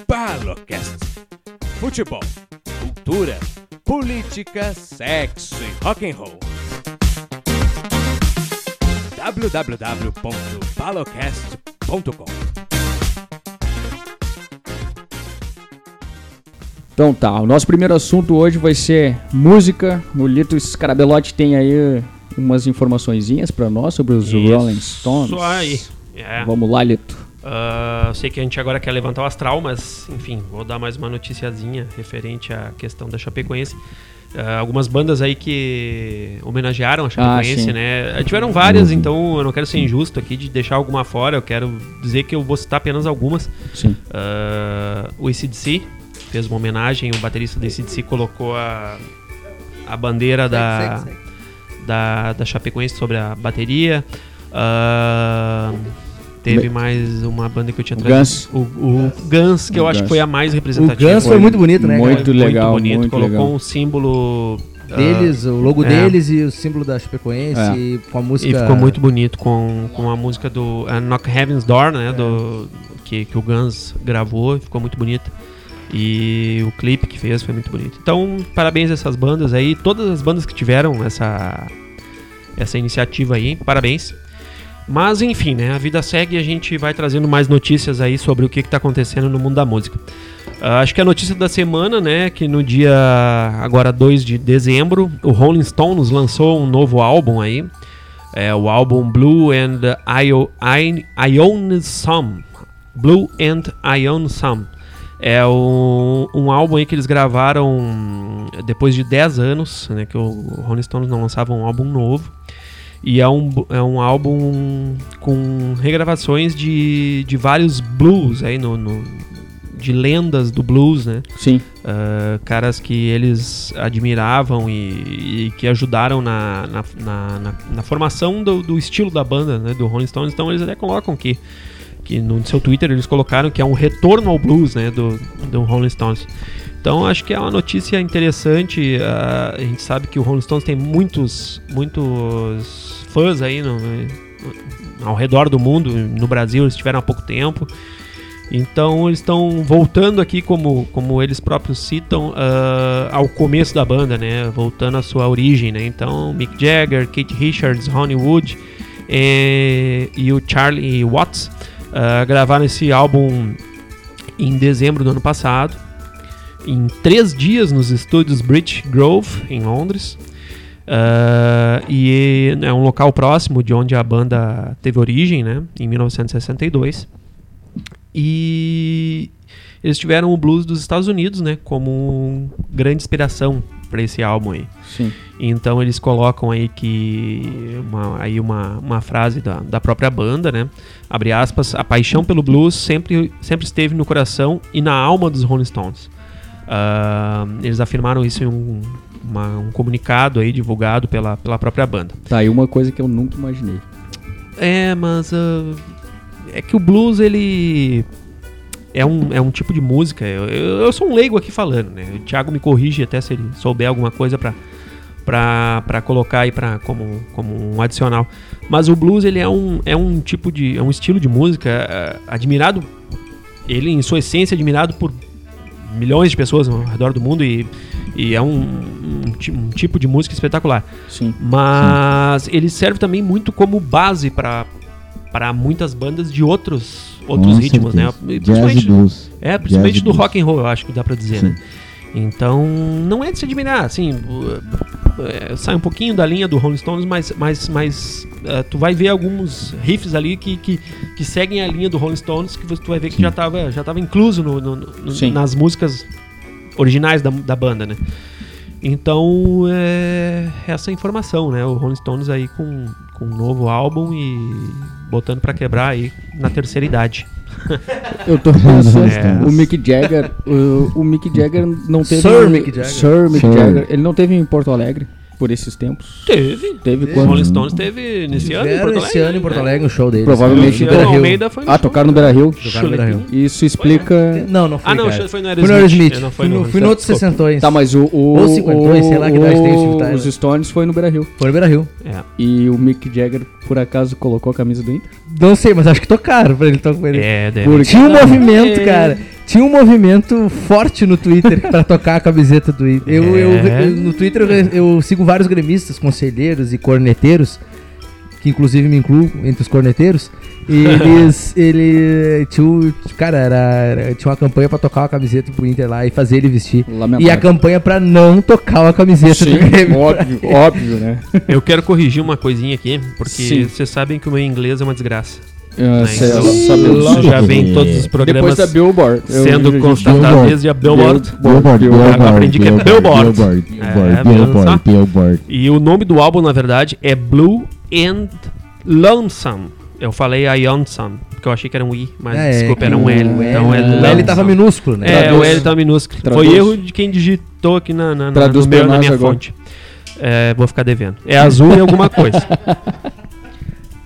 S6: Balocast. Futebol, cultura, política, sexo e rock and roll. www.balocast.com
S2: Então tá, o nosso primeiro assunto hoje vai ser música. O Lito Scarabelotti tem aí umas informaçõezinhas para nós sobre os Rolling Stones.
S7: Então
S3: Isso aí. É.
S2: Vamos lá, Lito.
S3: Ah, eu sei que a gente agora quer levantar o astral, mas enfim, vou dar mais uma noticiazinha referente à questão da Chapecoense. Ah, algumas bandas aí que homenagearam a Chapecoense,
S5: sim.
S3: né? Ah, Tiveram várias, então eu não quero ser injusto aqui de deixar alguma fora. Eu quero dizer que eu vou citar apenas algumas.
S5: Sim.
S3: Ah, o ACDC fez uma homenagem, o baterista do ACDC colocou a, a bandeira da,
S4: Segue, segue,
S3: da, da Chapecoense sobre a bateria. Ahn, teve mais uma banda que eu tinha
S5: O
S3: trazido. O, o Guns, que
S5: O
S3: eu acho
S5: Guns.
S3: que foi a mais
S4: segue. O
S3: representativa.
S4: Guns foi muito bonito, né? cara?
S5: Muito legal,
S3: bonito.
S5: muito
S3: colocou
S5: legal.
S3: um símbolo ah,
S4: Deles, o logo
S3: é.
S4: deles e o símbolo da Chapecoense
S5: É.
S4: e com a
S3: e
S4: música.
S3: ficou muito bonito com, com a música do a Knock Heaven's Door, né? Do, que, que o Guns gravou, ficou muito bonito. E o clipe que fez foi muito bonito. Então, parabéns a essas bandas aí, todas as bandas que tiveram essa, essa iniciativa aí, parabéns. Mas enfim, né? A vida segue e a gente vai trazendo mais notícias aí sobre o que, que tá acontecendo no mundo da música. Ah, acho que a notícia da semana, né? Que no dia agora 2 de dezembro, o Rolling Stones lançou um novo álbum aí. É o álbum Blue and Io- I- Ionisome. Blue and Ionisome. É um, um álbum aí que eles gravaram depois de 10 anos, né? Que o Rolling Stones não lançava um álbum novo. E é um, bu- é um álbum com regravações de, de vários blues aí no, no- de lendas do blues, né?
S5: Sim.
S3: Ah, caras que eles admiravam e, e que ajudaram na, na, na- na- na formação do, do estilo da banda, né, do Rolling Stones. Então eles até colocam que, que no seu Twitter eles colocaram que é um retorno ao blues né, do, do Rolling Stones. Então acho que é uma notícia interessante. ah, a gente sabe que o Rolling Stones tem muitos, muitos fãs aí no- no- ao redor do mundo. No Brasil eles tiveram há pouco tempo. Então eles estão voltando aqui, como, como eles próprios citam, ah, ao começo da banda, né? Voltando à sua origem, né? Então Mick Jagger, Kate Richards, Ronnie Wood eh, e o Charlie Watts ah, gravaram esse álbum em dezembro do ano passado, em três dias nos estúdios Bridge Grove, em Londres. Ah, e é um local próximo de onde a banda teve origem, né? Em 1962. E eles tiveram o blues dos Estados Unidos, né, como grande inspiração para esse álbum aí.
S5: Sim.
S3: Então eles colocam aí que uma, aí uma, uma frase da, da própria banda, né? Abre aspas, a paixão pelo blues sempre, sempre esteve no coração e na alma dos Rolling Stones. Ah, eles afirmaram isso em um, uma- um comunicado aí divulgado pela, pela própria banda.
S7: Tá aí uma coisa que eu nunca imaginei.
S3: É, mas ah, é que o blues ele é um, é um tipo de música. Eu, eu- eu sou um leigo aqui falando, né? O Thiago me corrige até se ele souber alguma coisa pra pra- pra colocar aí pra, como, como um adicional. Mas o blues ele é um, é um tipo de é um estilo de música ah, admirado ele em sua essência admirado por milhões de pessoas ao redor do mundo e, e é um- um ti- um tipo de música espetacular
S5: Sim.
S3: mas ele serve também muito como base para para muitas bandas de outros outros
S5: Com
S3: ritmos,
S5: certeza.
S3: né? E
S5: Jazz e
S3: Principalmente,
S5: blues.
S3: é, principalmente
S5: jazz e
S3: do
S5: blues.
S3: rock and roll, eu acho que dá para dizer,
S5: Sim.
S3: né? Então, não é de se admirar, assim, eh, sai um pouquinho da linha do Rolling Stones, mas, mas, mas eh, tu vai ver alguns riffs ali que, que, que seguem a linha do Rolling Stones, que você- tu vai ver que já estava já tava incluso no- no- no-
S5: Sim.
S3: nas músicas originais da, da banda, né? Então, é essa informação, né? O Rolling Stones aí com, com um novo álbum e botando pra quebrar aí na terceira idade.
S7: Eu tô pensando.
S3: É.
S7: O Mick Jagger, o, o Mick Jagger não teve.
S4: Sir Mick Jagger.
S7: Sir Mick
S5: Sir.
S7: Jagger. Ele não teve em Porto Alegre por esses tempos.
S3: Teve.
S7: Teve
S3: O
S7: quando?
S3: Rolling Stones teve nesse ano em
S4: Tiveram
S3: Porto né?
S4: esse ano em Porto Alegre um show deles.
S7: Provavelmente
S4: Cara.
S7: no
S4: Beira-Rio.
S3: Almeida foi
S7: Ah, tocaram no Beira Rio.
S4: Jogaram no Beira-Rio.
S7: Isso explica.
S4: Não, não foi.
S3: Ah, não,
S4: cara.
S3: foi no
S4: Foi no Aerosmith.
S3: Aerosmith. Não
S4: Fui no- Fui no outro 60
S7: Tá, mas o. o
S4: Ou 52,
S7: o-
S4: sei lá que idade tem esse
S7: o-
S4: Tyler.
S7: Os Stones foi no Beira Rio.
S4: Foi no Beira Rio.
S3: Tá, É.
S7: E o Mick Jagger, por acaso, colocou a camisa do Inter?
S4: Não sei, mas acho que tocaram pra ele tocar com ele.
S3: É, deve.
S7: Por-
S4: Tinha um
S7: Não,
S4: movimento,
S7: é.
S4: cara. Tinha um movimento forte no Twitter pra tocar a camiseta do Inter. Eu, eu-
S3: É.
S4: eu- no Twitter eu, eu sigo vários gremistas, conselheiros e corneteiros, que inclusive me incluo entre os corneteiros. E eles. ele. Tinha, o- cara, era, era- tinha uma campanha pra tocar uma camiseta pro Inter lá e fazer ele vestir.
S7: Lamentável.
S4: E a campanha pra não tocar uma camiseta do Grêmio.
S7: óbvio, óbvio, né?
S3: Eu quero corrigir uma coisinha aqui, porque
S7: Sim.
S3: vocês sabem que o meu inglês é uma desgraça.
S2: Ah,
S3: Né?
S2: cê-
S3: Então,
S2: sabe-
S3: isso já vem em todos os
S2: Depois
S3: programas
S2: da Billboard. eu-
S3: sendo
S2: eu-
S3: constatado
S5: Billboard.
S3: desde a Billboard.
S5: Billboard,
S3: Agora
S5: Billboard,
S3: aprendi que é
S5: Billboard,
S3: Billboard. É,
S5: Billboard,
S3: viu só?
S5: Billboard, Billboard.
S3: E o nome do álbum, na verdade, é Blue and Lonesome. Eu falei a Yonsome, porque eu achei que era um I, mas desculpa, era um L. então é
S4: É, o L né? tava
S3: Lonesome.
S4: minúsculo, né?
S3: É, o
S2: Traduz.
S3: L tá minúsculo.
S2: Traduz.
S3: Foi erro de quem digitou aqui na, na, na,
S2: Traduz
S3: no meu-
S2: pra
S3: na
S2: nós
S3: minha
S2: agora.
S3: fonte. É, vou ficar devendo. É azul e alguma coisa.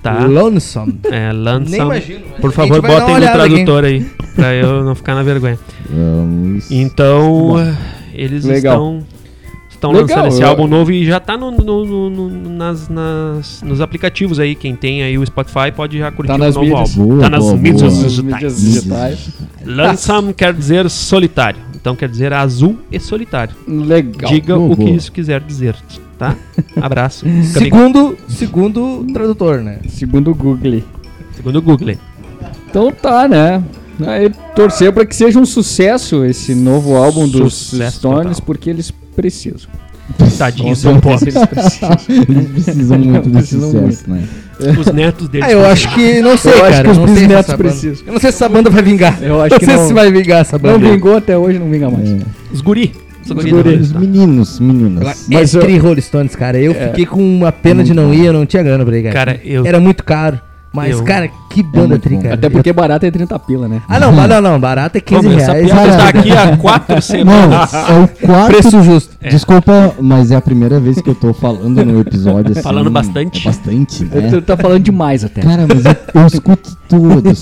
S3: Tá?
S4: Lonesome.
S3: É,
S4: Nem
S3: Lansam.
S4: imagino. mas
S3: Por
S4: a gente
S3: favor,
S4: vai dar
S3: botem
S4: uma
S3: no
S4: olhada aqui.
S3: tradutor aí, pra eu não ficar na vergonha.
S5: Vamos.
S3: Então, eles
S2: Legal.
S3: estão, estão
S2: Legal,
S3: lançando esse
S2: eu-
S3: álbum novo e já tá no, no- no- no- nas, nas- nos aplicativos aí. Quem tem aí o Spotify pode já curtir
S2: Tá
S3: o
S2: nas
S3: novo
S2: mídias.
S3: álbum. tá
S5: Boa,
S3: nas
S5: boa,
S3: mídias
S5: boa.
S2: Nas
S3: digitais.
S2: mídias digitais.
S3: Lansam quer dizer solitário. Então quer dizer azul e solitário.
S2: Legal.
S3: Diga
S5: Boa,
S3: o que
S5: boa.
S3: isso quiser dizer, tá? Abraço. Fica bem.
S4: Segundo, segundo o tradutor, né?
S2: Segundo o Google.
S3: Segundo o Google.
S2: Então tá, né? Aí torcer pra que seja um sucesso esse novo álbum dos
S3: Sucesso
S2: Stones,
S3: total.
S2: porque eles precisam.
S3: Tadinhos são pobres.
S2: Eles precisam.
S5: Eles precisam muito desse
S2: Precisam
S5: sucesso, né?
S3: Os netos deles.
S4: Ah, eu
S3: também.
S4: acho que. Não sei,
S2: Eu acho
S4: cara.
S2: que os
S4: não sei se
S2: bisnetos
S4: essa banda-
S2: precisam.
S4: Eu não sei se essa banda vai vingar.
S2: Eu acho que
S4: não sei
S2: não-
S4: se vai vingar essa
S2: Não
S4: banda.
S2: vingou até hoje, não vinga mais.
S3: Os guri. Os guri.
S2: guri.
S3: não,
S5: É. Os
S3: tá.
S5: meninos,
S4: Agora,
S5: meninas.
S2: Mas
S4: é
S2: eu-
S4: tri Rolling Stones, cara. Eu fiquei com uma pena de não ir, eu não tinha grana pra ir, cara.
S3: Cara, eu-
S4: Era muito caro. Mas,
S3: Eu-
S4: cara, que banda
S5: muito
S4: tri,
S5: bom.
S4: cara.
S2: Até porque barato é 30 pila, né?
S4: Eu- Ah, não, mas não, não. Barato é 15
S3: Vamos, essa
S4: reais.
S3: piada
S4: cara.
S3: tá aqui há quatro
S5: Não,
S3: semanas.
S5: é o quarto.
S4: Preço justo.
S3: É.
S5: Desculpa, mas é a primeira vez que eu tô falando no episódio assim.
S3: Falando bastante.
S5: É bastante,
S2: Tu
S5: né?
S2: tá falando demais até.
S5: Cara, mas eu, eu escuto todos.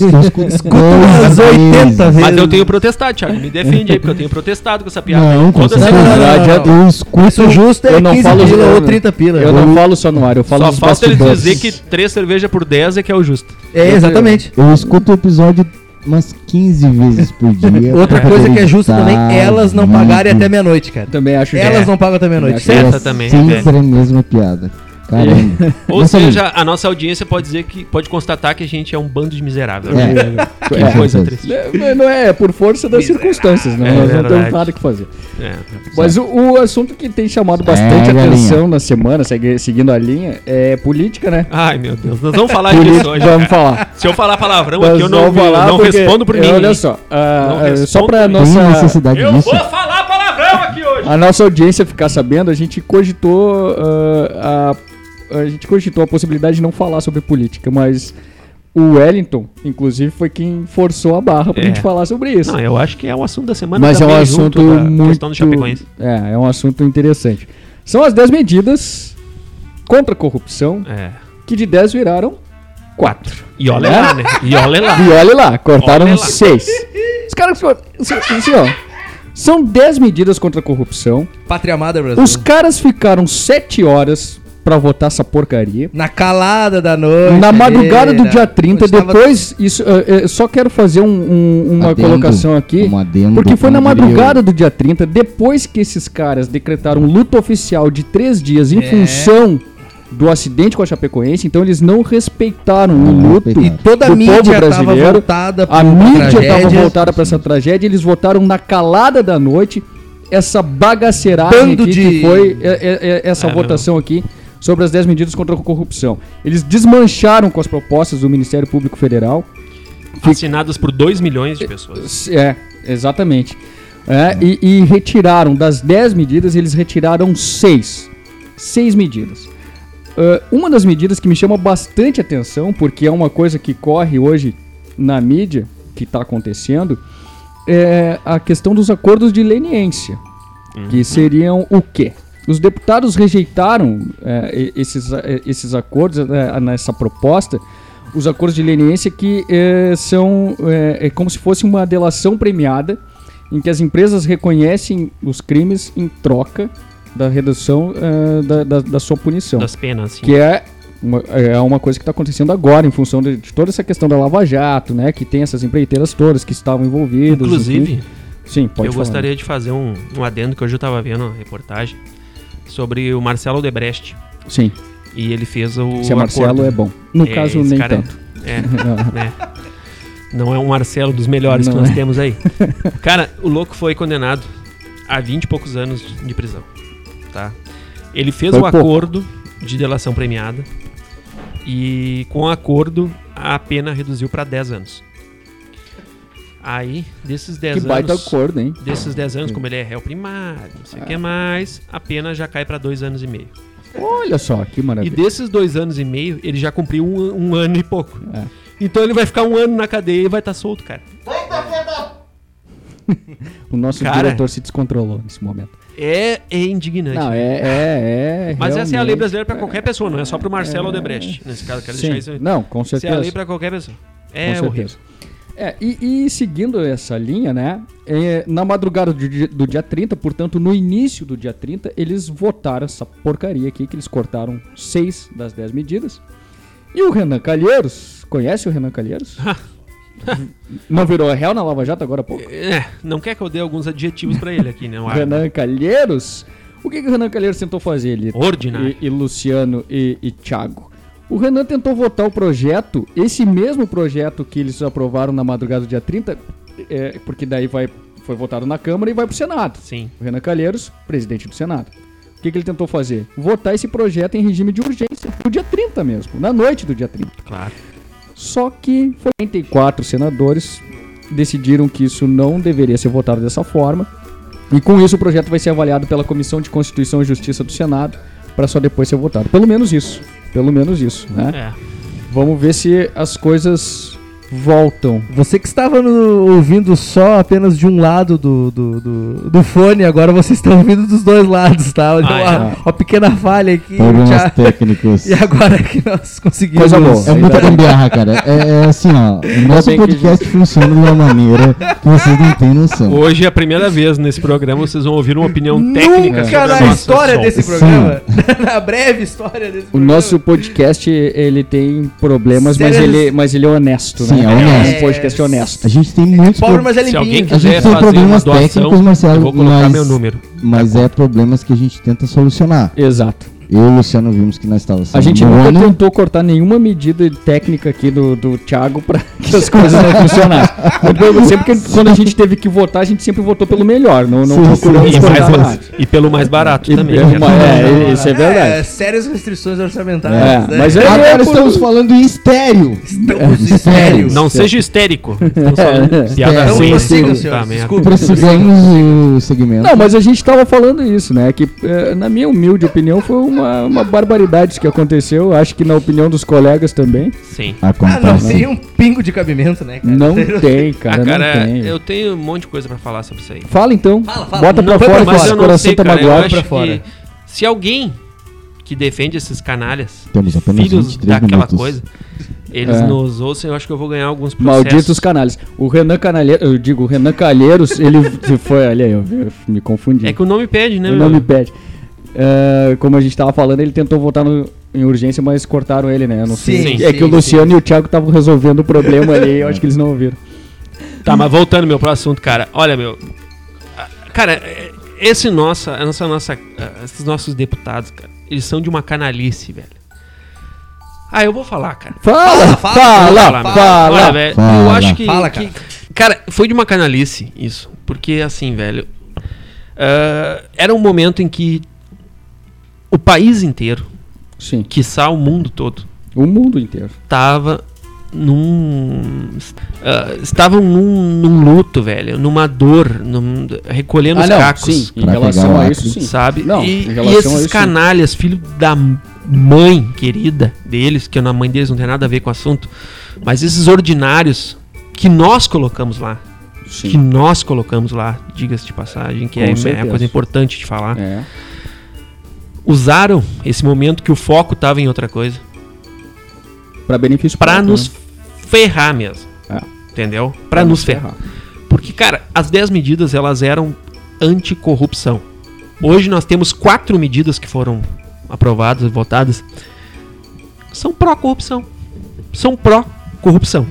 S5: Eu escuto, escuto
S4: Umas 80 vezes.
S3: Mas eu tenho protestado, Thiago. Me defende aí, porque eu tenho protestado com essa piada.
S5: Não, com
S3: Toda
S5: certeza.
S3: semana.
S5: Eu escuto
S4: Preço justo é
S2: eu não
S4: 15
S2: falo
S4: pila
S2: isso,
S4: ou
S2: né?
S4: 30 pila.
S2: Eu não falo só no ar, eu falo
S3: Só
S2: nos
S3: falta ele
S2: bastidores.
S3: dizer que três cervejas por 10 é que é o justo.
S4: É, exatamente.
S5: Eu escuto o episódio umas 15 vezes por dia.
S4: Outra
S5: pra
S4: coisa que é justa
S5: evitar
S4: também, elas não
S5: Tá muito.
S4: pagarem até meia-noite, cara.
S2: Também
S3: É.
S2: acho é.
S4: Elas não pagam até meia-noite.
S3: Essa
S5: Era
S3: também,
S5: Sempre
S3: velho.
S5: a mesma piada. Caramba.
S3: é. Ou
S5: Mas, assim,
S3: seja, a nossa audiência pode dizer que pode constatar que a gente é um bando de miseráveis.
S5: É,
S3: Que
S5: é,
S3: coisa
S5: é.
S3: triste.
S2: Não, não é, é por força das
S3: Miserável.
S2: circunstâncias, né?
S3: É
S2: Nós não temos
S3: verdade.
S2: nada que fazer.
S3: É.
S2: Mas o, o assunto que tem chamado bastante
S5: É, galinha.
S2: atenção na semana, segue- seguindo a linha, é política, né?
S3: Ai, meu Deus. Nós vamos falar
S2: Poli-
S3: disso hoje.
S2: Vamos
S3: cara.
S2: falar.
S3: Se eu falar palavrão
S2: Nós
S3: aqui, eu não,
S2: vamos falar
S3: não
S2: porque-
S3: respondo por
S2: é,
S3: mim.
S2: Olha só, ah,
S3: Não
S2: é, só
S3: respondo
S2: pra
S3: por mim.
S5: Tem um
S2: nossa,
S5: necessidade
S3: Eu
S5: disso.
S3: vou falar palavrão aqui hoje.
S2: a nossa audiência ficar sabendo, a gente cogitou ah, a, a gente cogitou a possibilidade de não falar sobre política, mas o Wellington, inclusive, foi quem forçou a barra pra
S3: É.
S2: gente falar sobre isso.
S3: Não, eu acho que é o assunto da semana.
S2: Mas é um
S3: também,
S2: assunto
S3: junto da
S2: muito.
S3: Questão do Chapecoense.
S2: É, é um assunto interessante. São as 10 medidas contra a corrupção
S3: É.
S2: que de 10 viraram 4.
S3: E olha lá, né? E olha lá.
S2: E olha lá,
S3: Olha
S2: cortaram
S3: lá.
S2: 6. Os caras. Assim, assim, ó. São 10 medidas contra a corrupção.
S4: Pátria Amada Brasil.
S2: Os caras ficaram 7 horas pra votar essa porcaria.
S4: Na calada da noite.
S2: Na
S4: ali,
S2: madrugada do
S4: né?
S2: dia 30,
S4: Onde tava-
S2: depois, isso, eh, eh, só quero fazer um- um- uma
S5: Adendo,
S2: colocação aqui.
S5: um adendo,
S2: porque foi na
S5: como diria
S2: madrugada do dia 30, depois que esses caras decretaram luto oficial de três dias
S5: É.
S2: em função do acidente com a Chapecoense, então eles eu. não respeitaram o
S5: Não
S2: luto.
S5: respeitaram.
S4: Toda a
S2: do povo
S4: mídia tava
S2: brasileiro,
S4: voltada pra
S2: A mídia estava
S4: tragédia.
S2: voltada pra essa tragédia, eles votaram na calada da noite essa bagaceragem
S4: Bando
S2: aqui que
S4: de-
S2: foi eh, eh, eh, essa
S3: Ah, não.
S2: votação aqui sobre as 10 medidas contra a corrupção. Eles desmancharam com as propostas do Ministério Público Federal.
S3: Assinadas por 2 milhões de pessoas.
S2: É, exatamente. É,
S4: Uhum.
S2: E, e retiraram, das 10 medidas, eles retiraram 6. 6 medidas. Ah, uma das medidas que me chama bastante atenção, porque é uma coisa que corre hoje na mídia, que está acontecendo, é a questão dos acordos de leniência, que seriam o quê? Os deputados rejeitaram é, e- esses, é, esses acordos, é, nessa proposta, os acordos de leniência que é, são é, é como se fosse uma delação premiada, em que as empresas reconhecem os crimes em troca da redução é, da, da, da sua punição.
S3: Das penas, assim.
S2: Que é uma, é uma coisa que está acontecendo agora, em função de, de toda essa questão da Lava Jato, né? Que tem essas empreiteiras todas que estavam envolvidas. enfim.
S3: Inclusive,
S2: Sim, pode
S3: eu
S2: falar.
S3: gostaria de fazer um, um adendo que hoje eu tava vendo uma reportagem sobre o Marcelo Odebrecht.
S2: Sim,
S3: E ele fez o.
S2: se é Marcelo
S3: acordo.
S2: é bom. No
S3: É,
S2: caso,
S3: esse
S2: nem
S3: cara é-
S2: tanto.
S3: É, né? Não é um Marcelo dos melhores que
S2: Não
S3: nós
S2: é.
S3: temos aí. Cara, o louco foi condenado a 20 e poucos anos de prisão. Tá? Ele fez
S2: Foi
S3: o
S2: pouco.
S3: acordo de delação premiada E com o acordo, a pena reduziu para 10 anos. Aí, desses 10
S2: Que
S3: anos.
S2: baita acordo, hein?
S3: Desses 10 anos, como ele é réu primário, não sei o que mais, a pena já cai para 2 anos e meio.
S2: Olha só, que
S3: E
S2: maravilha.
S3: desses dois anos e meio, ele já cumpriu um, um ano e pouco.
S2: É.
S3: Então ele vai ficar um ano na cadeia e vai estar solto, cara.
S2: O nosso
S3: Cara.
S2: diretor se descontrolou nesse momento.
S3: É, é indignante.
S2: Não,
S3: né?
S2: é, é, é.
S3: Mas essa é a lei
S2: realmente-
S3: brasileira pra qualquer pessoa, não é só pro Marcelo Odebrecht. Nesse caso, eu quero deixar
S2: Sim.
S3: isso.
S2: Não, com
S3: Essa é
S2: certeza.
S3: a lei pra qualquer pessoa.
S2: Com
S3: É
S2: certeza.
S3: horrível.
S2: É, e, e seguindo essa linha, né? é, na madrugada do dia, do dia 30, portanto, no início do dia 30, eles votaram essa porcaria aqui, que eles cortaram seis das dez medidas. E o Renan Calheiros, conhece o Renan Calheiros? Não virou réu na Lava Jato agora há pouco?
S3: É, não quer que eu dê alguns adjetivos pra ele aqui, né? o Arthur?
S2: Renan Calheiros? O que, que o Renan Calheiros tentou fazer ali?
S3: Ordinário.
S2: E, e Luciano e, e Thiago. O Renan tentou votar o projeto, esse mesmo projeto que eles aprovaram na madrugada do dia 30, é, porque daí vai, foi votado na Câmara e vai pro Senado.
S3: Sim.
S2: O Renan Calheiros, presidente do Senado. O que, que ele tentou fazer? Votar esse projeto em regime de urgência, no dia 30 mesmo, na noite do dia 30.
S3: Claro.
S2: Só que 44 senadores decidiram que isso não deveria ser votado dessa forma. E com isso o projeto vai ser avaliado pela Comissão de Constituição e Justiça do Senado para só depois ser votado. Pelo menos isso. Pelo menos isso, né?
S3: É.
S2: Vamos ver se as coisas voltam.
S4: Ah, Você que estava no- ouvindo só apenas de um lado do, do, do, do fone, agora vocês estão ouvindo dos dois lados, tá? Então,
S3: Ah, é.
S4: uma, uma pequena falha aqui. já-
S5: Problemas técnicos.
S4: e agora que nós conseguimos.
S2: Coisa boa.
S5: É muita
S2: Verdade.
S5: gambiarra, cara. É, é assim, ó. O nosso
S2: bem que
S5: podcast funciona de uma maneira que vocês não têm noção.
S3: Hoje é a primeira vez nesse programa vocês vão ouvir uma opinião É um técnica sobre
S4: Nunca
S3: a
S4: na
S3: nossa
S4: história
S3: som.
S4: desse
S5: Sim.
S4: programa, na breve história desse
S2: O
S4: programa.
S2: nosso podcast, ele tem problemas, mas
S4: Sérios?
S2: ele, mas ele é honesto,
S5: Sim,
S2: né?
S5: é honesto.
S2: um podcast honesto.
S5: A gente tem muitos
S4: Pobre,
S5: problemas.
S4: mas é
S3: Se alguém
S4: limpinho.
S5: A gente
S3: quiser
S5: tem
S3: fazer uma
S5: problemas técnicos,
S3: doação,
S5: Marcelo,
S3: eu vou colocar
S5: mas-
S3: meu número.
S5: Mas é problemas que a gente tenta solucionar.
S2: Exato.
S5: Eu e o Luciano vimos que nós estávamos
S2: A gente
S5: no
S2: nunca
S5: ano.
S2: tentou cortar nenhuma medida técnica aqui do, do Thiago pra que as coisas não funcionassem. Depois, sempre que, quando a gente teve que votar, a gente sempre votou pelo melhor. Não, não
S5: Sim,
S2: procuramos
S5: sim.
S3: E,
S2: cortar
S3: mais-
S2: nada.
S3: e pelo mais barato
S2: E-
S3: também. né?
S2: é
S3: quero
S2: uma-
S3: lembrar.
S2: é, isso é verdade.
S4: sérias restrições orçamentárias. né?
S2: É, mas é,
S5: Agora
S2: é por-
S5: estamos falando em estéreo.
S4: Estamos sérios.
S3: Não seja histérico. Estamos falando
S2: É.
S3: Piada
S5: Não
S3: ruim,
S4: consigo,
S3: tá,
S4: senhores,
S3: merda.
S4: desculpa.
S5: Prossigamos o um segmento.
S2: Não, mas a gente tava falando isso, né? Que, eh, na minha humilde opinião, foi uma, uma barbaridade isso que aconteceu. Acho que na opinião dos colegas também.
S3: Sim.
S4: Ah, não,
S5: Acontece.
S4: tem um pingo de cabimento, né, cara?
S2: Não tem, cara.
S3: ah, cara,
S2: não tem.
S3: eu tenho um monte de coisa pra falar sobre isso aí.
S2: Fala então.
S4: Fala, fala.
S2: Bota pra
S4: Não, vai
S2: fora,
S4: pra
S2: que
S4: fora.
S2: esse coração tá
S3: eu
S2: magoado
S3: acho
S2: pra fora.
S3: que se alguém que defende esses canalhas,
S5: Temos apenas
S3: filhos
S5: 23
S3: daquela
S5: minutos.
S3: coisa, eles
S2: É.
S3: nos ouçam, eu acho que eu vou ganhar alguns processos.
S2: Malditos canalhas. O Renan Canalheiros, eu digo, o Renan Calheiros, ele se foi, olha aí, eu eu me confundi.
S3: É que o nome pede, né,
S2: o nome pede. É, como a gente tava falando, ele tentou votar no- em urgência, mas cortaram ele, né? Eu não sei.
S4: Sim,
S2: é
S4: sim,
S2: que o
S4: sim.
S2: Luciano e o Thiago estavam resolvendo o problema ali, eu acho que eles não ouviram.
S3: Tá, mas voltando, meu, pro assunto, cara. Olha, meu. ah, Cara, eh, esse nossa, essa nossa, ah, esses nossos deputados, cara, eles são de uma canalice, velho. Ah, eu vou falar, cara.
S2: Fala, fala, fala,
S3: meu.
S2: fala.
S3: Olha, velho, eu
S5: Fala.
S3: acho que
S4: Fala,
S3: que-
S4: cara.
S3: cara, foi de uma canalice isso. Porque, assim, velho. ah, era um momento em que o país inteiro,
S2: Sim,
S3: quiçá o mundo todo,
S2: o mundo inteiro.
S3: estava num. ah, estavam num, num luto, velho. Numa dor, num- recolhendo
S4: Ah,
S3: os cacos.
S2: Ah, sim, em
S5: Pra
S2: relação
S5: pegar o
S2: a
S5: Acre.
S2: isso, sim.
S3: Sabe?
S2: Não,
S3: e,
S2: em
S3: e
S2: relação a isso,
S3: esses
S2: sim.
S3: canalhas, filho da mãe querida deles, que a mãe deles não tem nada a ver com o assunto, mas esses ordinários que nós colocamos lá,
S2: Sim.
S3: que nós colocamos lá, diga-se de passagem, que
S2: Com
S3: é, é
S2: certeza.
S3: uma coisa importante de falar,
S2: É.
S3: usaram esse momento que o foco estava em outra coisa
S2: Pra benefício
S3: pra
S2: próprio, né?
S3: nos ferrar mesmo.
S2: Uhum. É.
S3: Entendeu? Pra nos ferrar. Porque, cara, as 10 medidas elas eram anticorrupção. Hoje nós temos quatro medidas que foram aprovadas, votadas. São pró-corrupção. São pró-corrupção.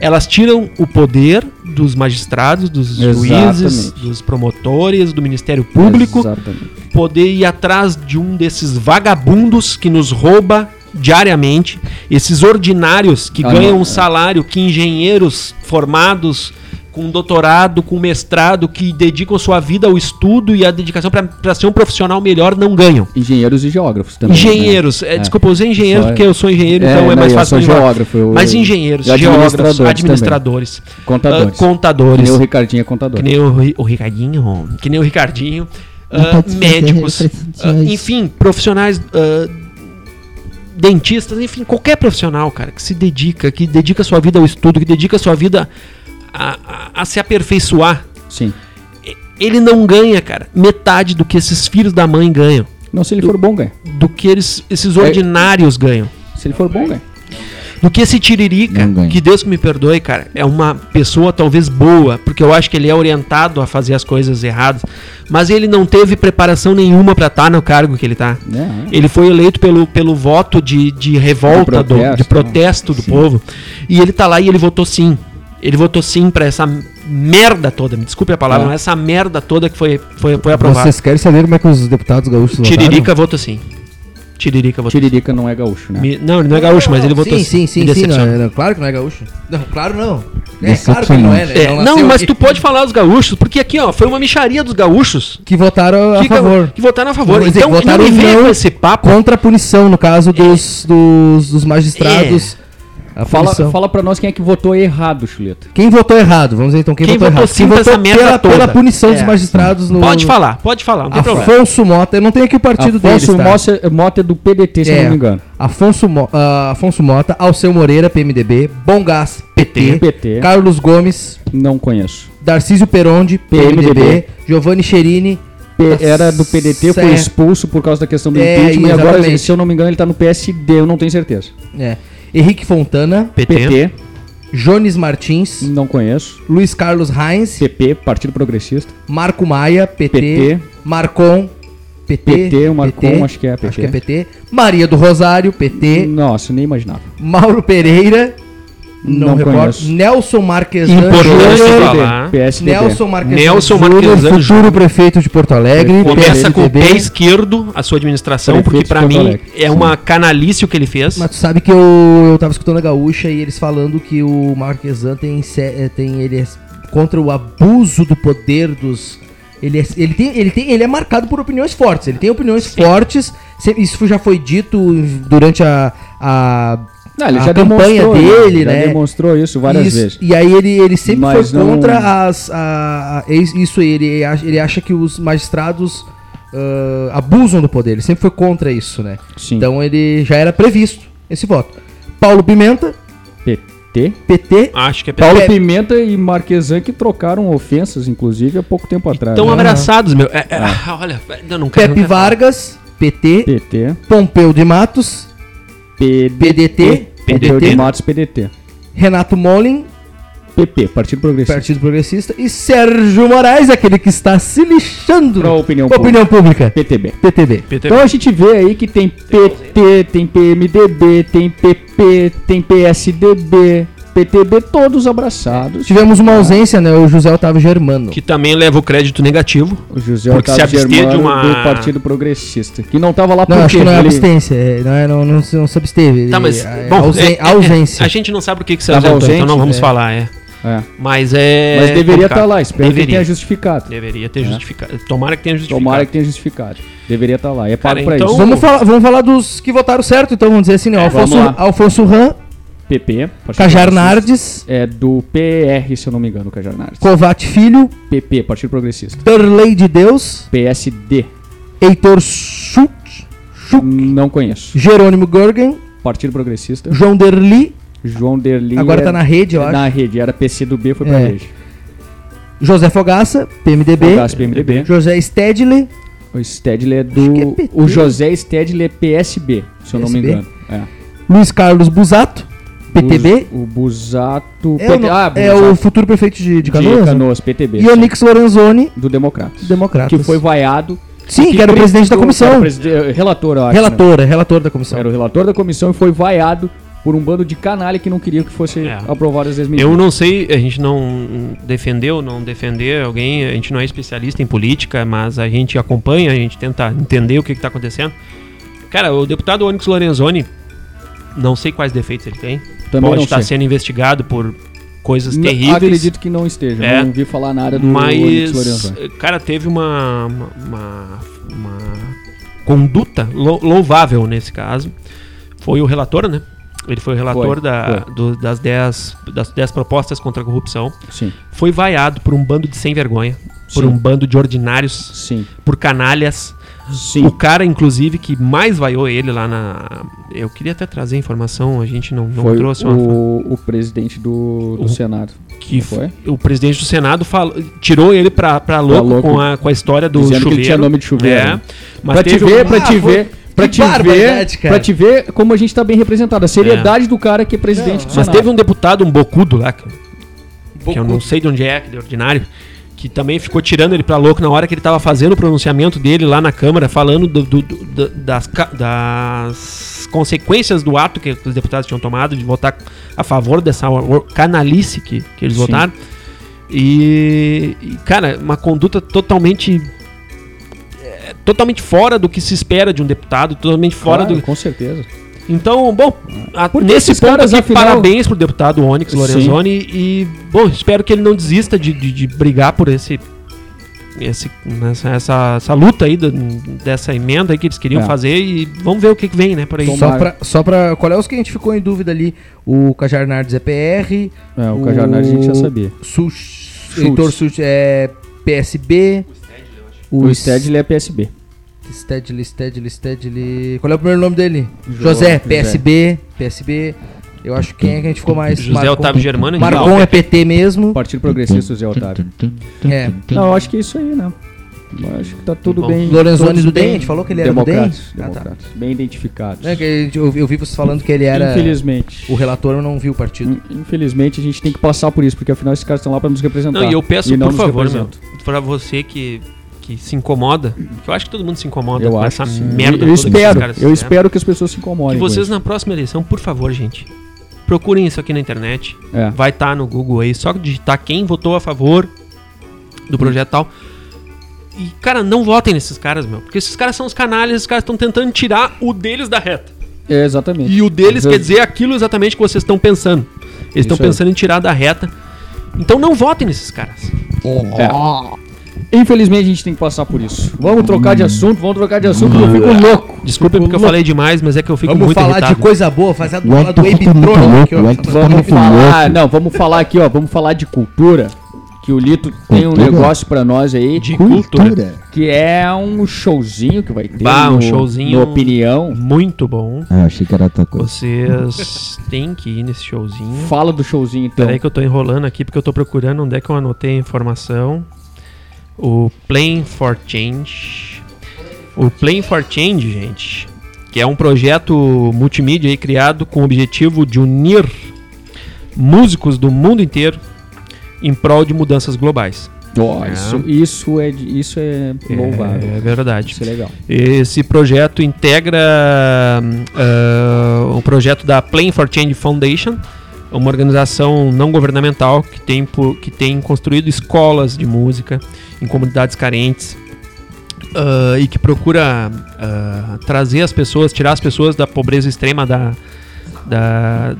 S3: Elas tiram o poder dos magistrados, dos juízes,
S2: Exatamente.
S3: dos promotores, do Ministério
S2: né?
S3: Público,
S2: Exatamente.
S3: poder ir atrás de um desses vagabundos que nos rouba diariamente, esses ordinários que
S2: Ah,
S3: ganham
S2: não,
S3: um salário que engenheiros formados com doutorado, com mestrado, que dedicam sua vida ao estudo e à dedicação para ser um profissional melhor, não ganham.
S2: Engenheiros e geógrafos também.
S3: engenheiros, é,
S2: É.
S3: desculpa, eu usei engenheiros
S2: Só é-
S3: porque eu sou engenheiro,
S2: né?
S3: então é
S2: não,
S3: mais
S2: eu
S3: fácil
S2: sou
S3: de lembrar.
S2: geógrafo. eu-
S3: Mas engenheiros,
S2: e administradores
S3: geógrafos,
S2: também.
S3: administradores, ah,
S2: Contadores. Que
S3: contadores,
S2: nem o Ricardinho é
S3: que
S2: contador.
S3: nem o, Ri- o Ricardinho, que nem o Ricardinho, ah,
S5: pode fazer
S3: médicos, ah,
S5: representações.
S3: enfim, profissionais, ah, dentistas, enfim, qualquer profissional, cara, que se dedica, que dedica sua vida ao estudo, que dedica sua vida a- a- a se aperfeiçoar,
S2: Sim.
S3: ele não ganha, cara, metade do que esses filhos da mãe ganham,
S2: Não, se ele for bom, ganha.
S3: do que eles, esses ordinários ganham,
S2: Se ele for bom, ganha.
S3: do que esse tiririca,
S5: Não ganha.
S3: que Deus que me perdoe, cara, é uma pessoa talvez boa, porque eu acho que ele é orientado a fazer as coisas erradas, mas ele não teve preparação nenhuma pra estar no cargo que ele tá.
S2: Né?
S3: Ele foi eleito pelo, pelo voto de, de revolta,
S2: Do
S3: do-
S2: protesto,
S4: né?
S3: de protesto do povo. E ele tá lá e ele votou sim. Ele votou sim pra essa merda toda. Me desculpe a palavra,
S2: É.
S3: mas essa merda toda que foi, foi, foi aprovada.
S4: Vocês querem saber como é que os deputados gaúchos votaram?
S3: Tiririca votou sim. Tiririca votou
S2: Tiririca não é gaúcho, né?
S3: Me- Não, ele não é gaúcho, mas ele votou
S4: Sim, sim, sim,
S3: Me
S4: sim.
S3: decepciona.
S4: não, não, claro que não é gaúcho. Não, claro não. É claro
S5: Decepcionante.
S4: que não é, né?
S3: É, não,
S4: nasceu
S3: mas
S4: aqui.
S3: tu pode falar dos gaúchos, porque aqui, ó, foi uma micharia dos gaúchos
S4: Que votaram Tá a
S3: que, ga-
S4: favor.
S3: que votaram a favor.
S4: Quer dizer,
S3: Então, não
S4: votaram
S3: me venha
S4: não
S3: com esse papo. É.
S4: Contra a punição, no caso dos, dos, dos magistrados. A
S2: Fala,
S4: punição.
S2: fala pra nós quem é que votou errado, Chuleta.
S4: Quem votou errado? Vamos dizer então, quem,
S3: Quem
S4: votou,
S3: votou
S4: errado?
S3: sim
S4: Quem
S3: pra essa merda
S4: pela,
S3: toda?
S4: pela punição dos
S3: É.
S4: magistrados no.
S3: Pode falar, pode falar, não tem problema.
S4: Afonso Mota, eu não tenho aqui o partido
S2: Afonso
S4: deles, tá?
S2: Mota, Mota é do PDT, se eu não me engano.
S4: Afonso, Mo- ah, Afonso Mota, Alceu Moreira, PMDB, Bongás, PT,
S2: PT.
S4: Carlos Gomes,
S2: Não conheço.
S4: Darcísio Peronde, PMDB,
S2: PMDB,
S4: Giovanni Cherini,
S2: P- era do PDT, foi
S4: Tá Certo.
S2: expulso por causa da questão do
S4: É,
S2: impeachment. E agora,
S4: exatamente.
S2: se eu não me engano, ele tá no PSD, eu não tenho certeza.
S4: é, Henrique Fontana,
S2: PT,
S4: Jones Martins,
S2: não conheço.
S4: Luiz Carlos Reins,
S2: PP, Partido Progressista.
S4: Marco Maia, PT,
S2: PT.
S4: Marcon, PT,
S2: PT, o Marcon, acho que é Hum. PT.
S4: acho que é PT, Maria do Rosário, PT,
S2: Nossa, nem imaginava.
S4: Mauro Pereira,
S2: Não
S4: recordo,
S2: conheço.
S4: Nelson Marquesan,
S3: Importante
S4: Júnior,
S3: falar.
S2: PSDB.
S4: Nelson Marquesan,
S3: Nelson
S4: Júnior,
S3: Marquesan, Júnior.
S4: futuro prefeito de Porto Alegre,
S3: Começa com o
S4: PSDB.
S3: pé esquerdo, a sua administração,
S2: Prefeito
S3: porque pra
S2: de Porto
S3: mim
S2: Alegre.
S3: é uma canalice o que ele fez.
S4: Mas tu sabe que eu, eu tava escutando a gaúcha e eles falando que o Marquesan tem, se- eh, tem ele é contra o abuso do poder dos ele é, ele tem ele tem ele é marcado por opiniões fortes, ele tem opiniões fortes, se- isso já foi dito durante a, a
S2: Não, ele
S4: a
S2: já
S4: campanha
S2: demonstrou,
S4: dele,
S2: já
S4: né?
S2: demonstrou isso várias
S4: Isso,
S2: vezes.
S4: E aí ele, ele sempre
S2: Mas
S4: foi
S2: não-
S4: contra as. a- a- is- isso aí, ele, acha- ele acha que os magistrados ah, abusam do poder. Ele sempre foi contra isso, né?
S2: Sim.
S4: Então ele já era previsto esse voto. Paulo Pimenta,
S2: PT.
S4: PT.
S3: Acho que é
S2: Paulo
S4: Pe-
S2: Pimenta e Marquesan que trocaram ofensas, inclusive, há pouco tempo atrás.
S3: Tão
S2: né?
S3: abraçados, meu. É, é, Olha, eu não quero.
S4: Ah. Pepe Vargas, PT.
S2: PT.
S4: Pompeu de Matos,
S2: PDT.
S4: PDT.
S2: Pompeu de Matos, PDT.
S4: Renato Molin,
S2: PP, Partido Progressista.
S4: Partido Progressista. E Sérgio Moraes, aquele que está se lixando
S2: Pra opinião
S4: com a opinião pública.
S2: PTB.
S4: PTB.
S3: PT.
S2: Então a gente vê aí que tem PT, tem PMDB, tem PP, tem PSDB, PTB, todos abraçados.
S4: Tivemos uma ausência, né? O José Otávio Germano.
S3: Que também leva o crédito negativo.
S2: O José
S3: Porque se
S2: Otávio
S3: abster de
S2: Germano
S3: uma-
S2: do Partido Progressista, que não tava lá
S4: Não, acho
S2: quê?
S4: que não é
S2: Ele
S4: abstência, é, não, é, não, não, se- não se absteve.
S3: Tá, mas.
S4: é,
S3: bom,
S4: ausen-
S3: é- é- é-
S4: ausência.
S3: a gente não sabe por que, que você
S2: Tava
S3: ausentou, então
S2: ausente,
S3: não vamos
S4: é.
S3: falar, é.
S2: É.
S3: Mas é.
S2: Mas deveria estar
S3: complicado.
S2: lá, espero que
S3: Deveria.
S2: tenha justificado.
S3: Deveria ter justificado. Tomara que tenha justificado.
S2: É. Tomara que tenha justificado. Deveria estar lá, é
S3: Cara,
S2: pago pra
S3: então-
S2: isso.
S4: Vamos, falar, vamos falar dos que votaram certo, então vamos dizer assim, ó,
S2: vamos
S4: Alfonso,
S2: lá.
S4: Alfonso Ram,
S2: PP, Partido
S4: Cajar
S2: Progressista.
S4: Nardes,
S2: É do PR, se eu não me engano, Cajar Nardes.
S4: Covate Filho,
S2: PP, Partido Progressista.
S4: Derlei de Deus,
S2: PSD,
S4: Heitor Schuch, Schuch
S2: não conheço.
S4: Jerônimo Gorgen,
S2: Partido Progressista.
S4: João Derli,
S2: João Derli.
S4: agora tá na rede, eu
S2: na
S4: acho,
S2: rede, era PC do B, foi pra
S4: É.
S2: rede.
S4: José Fogaça, PMDB,
S2: O Gasp MDB.
S4: José Stedley,
S2: O Stedley é
S4: Acho que é
S2: do.
S4: PT.
S2: o José Stedley é PSB, se eu não me
S4: PSB.
S2: engano. É.
S4: Luiz Carlos Busato, PTB,
S2: O Busato.
S4: é, o, no-
S2: Ah,
S4: é o
S2: Busato
S4: futuro prefeito de, de Canoas,
S2: de
S4: né?
S2: Canoas, PTB.
S4: e Onix Lorenzoni,
S2: Do Democratas.
S4: Democratas.
S2: Que foi vaiado.
S4: Sim, que era o presidente da
S2: criticou-
S4: comissão.
S2: era o preside- Relator, eu acho.
S4: Relatora, relator da
S2: né?
S4: comissão.
S2: Era o relator da comissão e foi vaiado por um bando de canalha que não queria que fosse
S3: É.
S2: aprovado as medidas.
S3: Eu não sei, a gente não defendeu, não defender alguém, a gente não é especialista em política, mas a gente acompanha, a gente tenta entender o que está acontecendo. Cara, o deputado Onyx Lorenzoni, não sei quais defeitos ele tem,
S2: Também
S3: pode
S2: não
S3: estar
S2: sei.
S3: sendo investigado por coisas
S7: N-
S3: terríveis.
S7: Acredito que não esteja.
S3: É.
S7: Não vi falar nada do Onyx
S3: Mas, eh,
S7: Lorenzoni.
S3: cara, teve uma, uma, uma- uma conduta lou- louvável nesse caso. Foi o relator, né? Ele foi o relator
S7: Foi,
S3: da, do- das 10 das dez propostas contra a corrupção.
S7: Sim,
S3: Foi vaiado por um bando de sem vergonha, por
S7: Sim.
S3: um bando de ordinários,
S7: sim,
S3: por canalhas.
S7: sim.
S3: O cara, inclusive, que mais vaiou ele lá na. Eu queria até trazer a informação, a gente não, não
S7: Foi
S3: trouxe uma.
S7: o, o presidente do, do
S3: O-
S7: Senado.
S3: Que
S7: foi?
S3: O presidente do Senado falou, tirou ele pra, pra louco,
S7: louco.
S3: Com, a, com a história do
S7: dizendo
S3: chuveiro.
S7: que ele tinha nome de chuveiro.
S3: É, mas
S7: Pra te
S3: teve
S7: ver,
S3: um-
S7: pra te
S4: Ah,
S7: ver, pra
S4: que
S7: te ver,
S4: barbaridade, cara.
S7: pra te ver como a gente tá bem representado. A seriedade do cara que é presidente do
S3: mas
S7: Senado.
S3: teve um deputado, um bocudo lá, que, que eu não sei de onde é, que é ordinário, que também ficou tirando ele pra louco na hora que ele tava fazendo o pronunciamento dele lá na Câmara, falando do- do- do- da- das, ca- das consequências do ato que os deputados tinham tomado de votar a favor dessa or- or- canalice que, que eles
S7: Sim.
S3: votaram. E, e, cara, uma conduta totalmente. é, Totalmente fora do que se espera de um deputado, totalmente fora
S7: Claro,
S3: do,
S7: com certeza.
S3: então, bom, a-
S7: Porque
S3: nesse
S7: esses
S3: ponto
S7: caras,
S3: aqui,
S7: afinal-
S3: parabéns pro deputado Onyx Lorenzoni e, bom, espero que ele não desista de, de, de brigar por esse, esse nessa, essa, essa luta aí do- dessa emenda aí que eles queriam
S7: É.
S3: fazer e vamos ver o que, que vem, né, por aí.
S7: Tomara.
S4: Só pra, só pra. Qual é os que a gente ficou em dúvida ali? O Cajarnardes é PR,
S7: É, o
S4: O-
S7: Cajarnardes a gente já sabia.
S4: Sul, Heitor Sul é PSB.
S7: O Stedley é PSB.
S4: Stedley, Stedley, Stedley. Qual é o primeiro nome dele? José, PSB. PSB. Eu acho que quem é que a gente ficou mais.
S3: José Otávio Germano,
S4: Marcon
S3: Geraldo.
S4: é PT mesmo.
S2: Partido Progressista, José Otávio.
S4: É.
S2: Não, eu acho que é isso aí, né? Eu acho que tá tudo
S3: Bom.
S2: bem.
S4: Lorenzoni
S2: todos
S4: do DEM,
S2: bem
S4: a gente falou que ele era do
S2: democratas,
S4: DEM? Ah, tá.
S2: democratas, Bem identificados.
S4: Né, que a gente- eu, eu vi vocês falando que ele era.
S2: Infelizmente.
S4: O relator eu não vi o partido.
S2: In- Infelizmente a gente tem que passar por isso, porque afinal esses caras estão lá pra nos representar.
S3: Não, e eu peço,
S2: não
S3: por
S2: nos
S3: favor, meu,
S2: representam.
S3: pra você que, que se incomoda, que eu acho que todo mundo se incomoda
S2: Eu
S3: com
S2: acho.
S3: essa
S2: que sim.
S3: merda
S2: eu
S3: toda que esses
S2: espero,
S3: caras
S2: eu
S3: fizeram.
S2: espero que as pessoas se
S3: Que
S2: incomodem. com
S3: vocês na próxima eleição, por favor, gente, procurem isso aqui na internet.
S2: isso. É.
S3: Vai estar no Google aí, só digitar quem votou a favor do projeto tal. E, cara, não votem nesses caras, meu. Porque esses caras são os canalhas, esses caras estão tentando tirar o deles da reta.
S2: É, exatamente.
S3: E o deles
S2: Exato.
S3: quer dizer aquilo exatamente que vocês estão pensando. Eles estão
S2: Isso aí.
S3: pensando em tirar da reta. Então não votem nesses caras.
S2: É. Infelizmente a gente tem que passar por isso. Vamos trocar de assunto, vamos trocar de assunto, que Hum. É. eu fico louco.
S3: Desculpem porque eu falei demais, mas é que eu fico
S4: Vamos
S3: muito
S4: falar
S3: irritado.
S4: de coisa boa, fazer a
S5: O
S4: dupla
S5: Hélio tá
S4: do Abe
S5: muito
S4: Trono.
S5: louco,
S4: que
S5: o
S4: eu-
S5: Hélio tá
S4: Vamos-
S5: muito
S2: Vamos falar,
S5: louco.
S2: não, vamos falar aqui, ó, vamos falar de cultura, que o Lito tem um
S5: Cultura?
S2: negócio pra nós aí,
S3: De cultura.
S5: Cultura.
S2: que é um showzinho que vai ter
S3: Bah, um showzinho-
S2: no Opinião.
S3: Muito bom.
S5: Ah, eu achei que era outra coisa.
S3: Vocês têm que ir nesse showzinho.
S2: Fala do showzinho então.
S3: Uhum. Peraí que eu tô enrolando aqui porque eu tô procurando onde é que eu anotei a informação. O Playing for Change. O Playing for Change, gente, que é um projeto multimídia aí criado com o objetivo de unir músicos do mundo inteiro em prol de mudanças globais.
S2: Ó, isso, isso é de- isso é louvável.
S3: É verdade.
S2: Isso é legal.
S3: Esse projeto integra hum, ah, o projeto da Plan for Change Foundation, É uma organização não governamental que tem, por- que tem construído escolas de música em comunidades carentes ah, e que procura ah, trazer as pessoas, tirar as pessoas da pobreza extrema, da, da,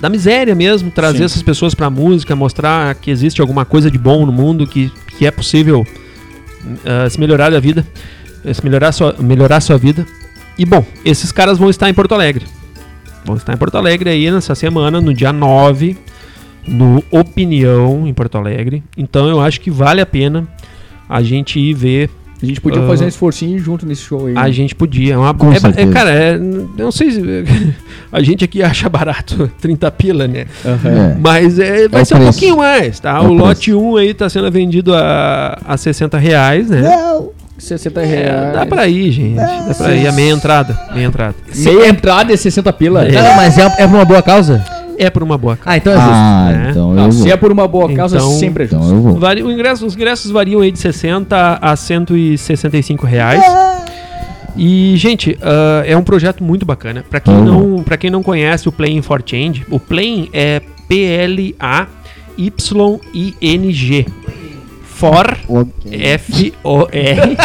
S3: da miséria mesmo, trazer
S2: Sim.
S3: essas pessoas para a música, mostrar que existe alguma coisa de bom no mundo, que, que é possível ah, se melhorar a vida, eh, se melhorar sua, melhorar sua vida. E bom, esses caras vão estar em Porto Alegre. Vão estar em Porto Alegre aí nessa semana, no dia 9, no Opinião em Porto Alegre. Então eu acho que vale a pena a gente ir ver
S2: A gente podia
S3: Ah.
S2: fazer um esforcinho junto nesse show aí.
S3: a
S2: né?
S3: gente podia. É uma,
S5: Com
S3: é- é,
S5: certeza.
S3: cara, é, n- não sei se. A gente aqui acha barato 30 pila, né?
S5: É.
S3: Mas é, vai
S5: o
S3: ser um
S5: preço.
S3: pouquinho mais, tá?
S5: É
S3: o
S5: o
S3: lote 1 aí tá sendo vendido a, a 60 reais, né?
S5: É.
S2: 60
S3: É,
S2: reais.
S3: dá pra ir, gente. Dá pra ir a meia entrada. Meia entrada.
S2: Meia entrada é 60 pila.
S3: É.
S4: Não, mas é, é por uma boa causa?
S3: É por uma boa causa.
S4: Ah, então é justo.
S5: Ah,
S3: né?
S5: então
S2: Ah,
S5: eu vou.
S2: se é por uma boa causa,
S3: Então-
S2: sempre é justo.
S5: Então eu vou.
S3: Vari, o ingresso, os ingressos variam aí de 60 a 165 reais. E, gente, ah, é um projeto muito bacana. Pra quem,
S5: Uhum.
S3: não, pra quem não conhece o Playing for Change, o Playing é P-L-A-Y-I-N-G. For
S5: Ok.
S3: F-O-R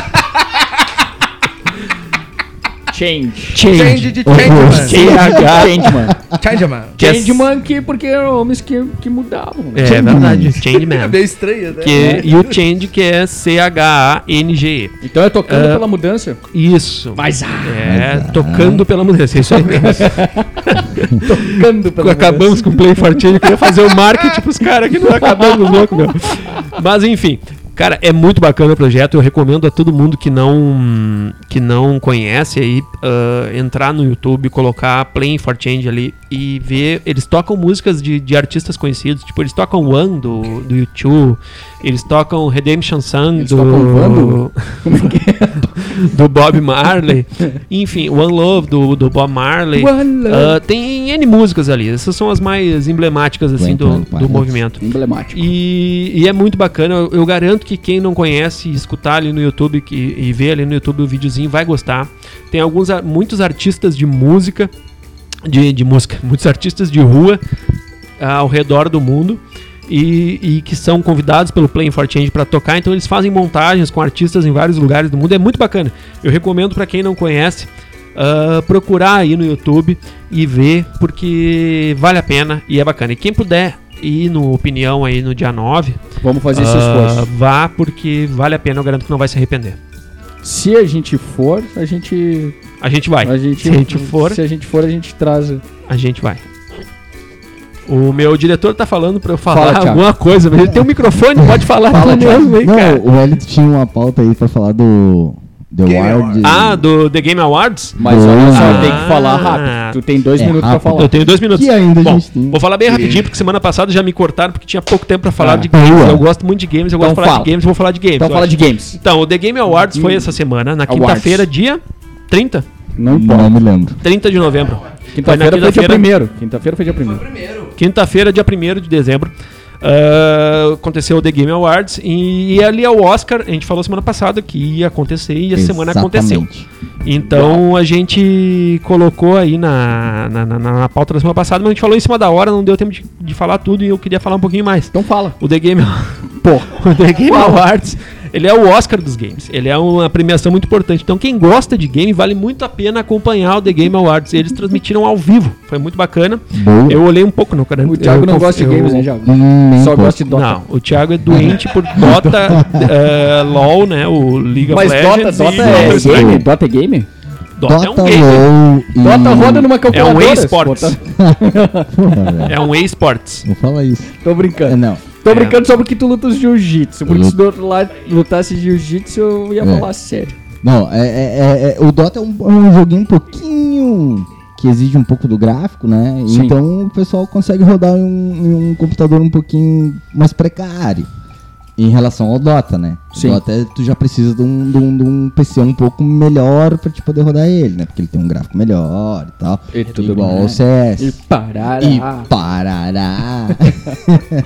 S7: Change.
S2: Ah,
S4: Change de Changeman.
S7: Changeman.
S4: Changeman.
S7: Changeman que porque eram homens que, que mudavam. né?
S3: É verdade, Change
S4: É
S3: Man.
S4: meio estranho, né?
S3: Que, e o Change que é C-H-A-N-G-E.
S7: Então é tocando
S3: Ah.
S7: pela mudança.
S3: Isso.
S7: Mas ah,
S3: É, tocando pela mudança, é isso aí mesmo.
S7: tocando pela
S3: Acabamos com o Play for Change, eu queria fazer o marketing pros caras que não acabamos louco, meu. Mas enfim, cara, é muito bacana o projeto, eu recomendo a todo mundo que não que não conhece aí ah, entrar no YouTube, colocar Play for Change ali e ver, eles tocam músicas de, de artistas conhecidos, tipo, eles tocam One do, do YouTube, eles tocam Redemption Sun
S7: Eles
S3: do
S7: tocam Wando?
S3: do Bob Marley. Enfim, One Love do, do Bob Marley.
S7: One
S2: Né?
S7: Love.
S3: Ah, tem N músicas ali. Essas são as mais emblemáticas assim
S5: Gwen
S3: do,
S5: Palmer,
S3: do
S5: né?
S7: Ah.
S3: movimento.
S7: Emblemático.
S3: E, e é muito bacana. Eu, eu garanto que quem não conhece, escutar ali no YouTube que- e ver ali no YouTube o videozinho, vai gostar. Tem alguns ar- muitos artistas de música, de, de música, muitos artistas de rua ah, ao redor do mundo. E, e que são convidados pelo Playing for Change para tocar, então eles fazem montagens com artistas em vários lugares do mundo, é muito bacana. Eu recomendo para quem não conhece ah, procurar aí no YouTube e ver, porque vale a pena e é bacana. E quem puder ir no Opinião aí no dia 9,
S7: Vamos fazer esse
S3: ah,
S7: esforço.
S3: vá porque vale a pena, eu garanto que não vai se arrepender.
S7: Se a gente for, a gente
S3: A gente vai,
S7: A gente,
S3: Se a gente for-
S7: se a gente for, a gente traz.
S3: a gente vai. O meu diretor tá falando pra eu falar
S7: Fala, Thiago.
S3: alguma coisa, mas ele tem um microfone, pode falar
S7: Fala,
S3: tu mesmo, hein, cara.
S5: Não, o Elito tinha uma pauta aí pra falar do. The
S4: Game
S5: Wild.
S3: Ah, do The Game Awards?
S7: Mas olha só,
S3: Ah.
S7: tem que falar rápido. Tu tem dois
S5: É
S7: minutos pra
S5: rápido.
S7: falar.
S3: Eu tenho dois minutos.
S5: Que ainda a
S3: Bom,
S5: gente tem.
S3: Vou falar bem rapidinho, porque semana passada já me cortaram, porque tinha pouco tempo pra falar
S7: Ah,
S3: de games.
S5: boa.
S3: Eu gosto muito de games, eu gosto
S7: Então
S3: de falar
S7: fala.
S3: de games, vou falar de games.
S7: Então
S3: eu
S7: fala
S3: acho.
S7: de games.
S3: Então, o The Game Awards foi essa semana, na
S7: Awards.
S3: quinta-feira, dia 30?
S7: Não
S5: Ah, Não
S7: importa.
S5: me lembro.
S3: 30 de novembro.
S7: Quinta-feira foi dia
S3: quinta-feira.
S7: primeiro. Quinta-feira foi dia primeiro.
S3: Quinta-feira, dia 1 de dezembro. ah, aconteceu o The Game Awards e, ali é o Oscar. A gente falou semana passada que ia acontecer e a semana aconteceu.
S5: Exatamente.
S3: Então a gente colocou aí na, na, na, na pauta da semana passada, mas a gente falou em cima da hora, não deu tempo de, de falar tudo e eu queria falar um pouquinho mais.
S7: Então fala.
S3: O The Game,
S7: Pô.
S3: o The Game Awards, ele é o Oscar dos games. Ele é uma premiação muito importante. Então, quem gosta de game, vale muito a pena acompanhar o The Game Awards. Eles transmitiram ao vivo. Foi muito bacana.
S5: Boa.
S3: Eu olhei um pouco, não, cara.
S7: O Thiago
S3: Eu
S7: não
S3: conf-
S7: gosta de
S3: eu-
S7: games, né, Thiago?
S5: Hum, nem
S7: Só
S5: pouco.
S7: gosta de Dota.
S3: Não, o Thiago é doente por Dota, eh, LOL, né? O League of
S7: Mas Dota,
S3: Legends.
S7: Dota
S3: e-
S7: é
S5: Dota
S7: game?
S5: game?
S7: Dota é game?
S3: Dota é um
S5: Dota
S3: game.
S5: LOL e-
S7: Dota roda numa
S3: É um
S7: calculadora.
S3: e-sports.
S7: Pô, tá-
S5: Porra, velho.
S3: É um e-sports.
S5: Não fala isso.
S7: Tô
S5: É,
S7: brincando.
S5: não.
S7: Tô
S3: É.
S7: brincando sobre que tu luta os jiu-jitsu. Porque
S5: Eu
S7: se do outro lado lutasse jiu-jitsu, eu ia
S5: É.
S7: falar sério.
S5: Não, é, é- é- é- o Dota é um, é um joguinho um pouquinho que exige um pouco do gráfico, né?
S7: Sim.
S5: Então o pessoal consegue rodar em um, em um computador um pouquinho mais precário em relação ao Dota, né?
S7: Sim.
S5: O Dota é- tu já precisa de um, de um- de um PC um pouco melhor pra te poder rodar ele, né? Porque ele tem um gráfico melhor e tal. é
S7: E tudo
S5: igual
S7: mais.
S5: ao CS.
S7: E parar.
S5: E parará.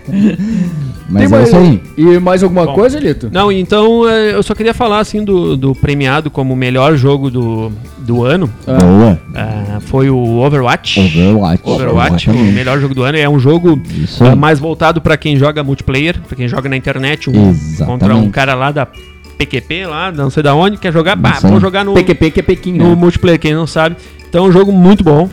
S5: Mas é
S7: mais,
S5: isso aí.
S7: E mais alguma
S3: Bom.
S7: coisa, Lito?
S3: Não, então eh, eu só queria falar assim do, do premiado como melhor jogo do, do ano.
S7: um.
S5: Boa.
S3: Ah, foi o Overwatch.
S5: Overwatch.
S3: Overwatch, o
S5: Exatamente.
S3: melhor jogo do ano. É um jogo
S5: Isso.
S3: ah, mais voltado pra quem joga multiplayer, pra quem joga na internet, um
S5: Exatamente.
S3: contra um cara lá da PQP, lá, não sei da onde, quer jogar,
S5: Não
S3: pá,
S5: sei.
S3: vamos jogar no,
S7: PQP que é Pequim,
S3: no
S7: né?
S3: multiplayer, quem não sabe. Então é um jogo muito bom.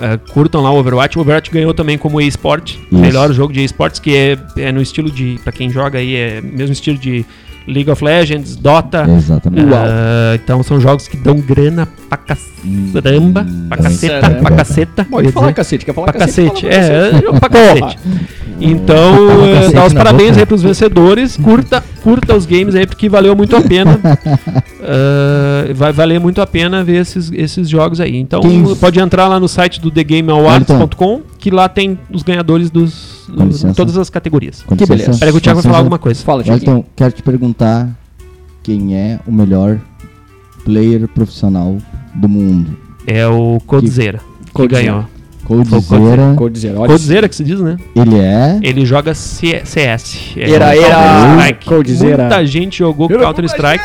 S3: Ah, curtam lá o Overwatch. O Overwatch ganhou também como e-sport, melhor jogo de e-sports, que é, é no estilo de, Pra quem joga aí, é mesmo estilo de League of Legends, Dota.
S5: Exatamente.
S3: Ah, então são jogos que dão grana pra caramba, pra caceta,
S7: Caramba.
S3: pra caceta.
S7: Hum. Pode
S3: quer
S7: falar
S3: dizer.
S7: cacete, quer falar
S3: Pra cacete,
S7: fala pra cacete.
S3: é, é, pra cacete. Então, eh,
S4: cacete
S3: dá os
S4: na
S3: parabéns
S4: boca.
S3: aí pros vencedores. Curta, curta os games aí, porque valeu muito a pena. Ah, vai valer muito a pena ver esses, esses jogos aí. Então,
S5: Quem-
S3: pode entrar lá no site do TheGameAwards.com, que lá tem os ganhadores dos,
S5: Com licença.
S3: de todas as categorias.
S5: Com
S7: Que
S5: licença.
S7: beleza.
S3: Espera que o Thiago vai falar alguma coisa.
S7: Fala, Thiago.
S5: Elton, quero te perguntar quem é o melhor player profissional do mundo.
S3: É o Codzeira que
S7: Coldzera.
S3: ganhou.
S5: Coldzera,
S7: Vou dizer, olha.
S3: Codzeira que se diz, né?
S5: ele é...
S3: Ele joga C- CS. É
S7: Era,
S3: um
S7: era,
S3: Counter-Strike.
S7: Coldzera.
S3: Muita gente jogou Counter-Strike,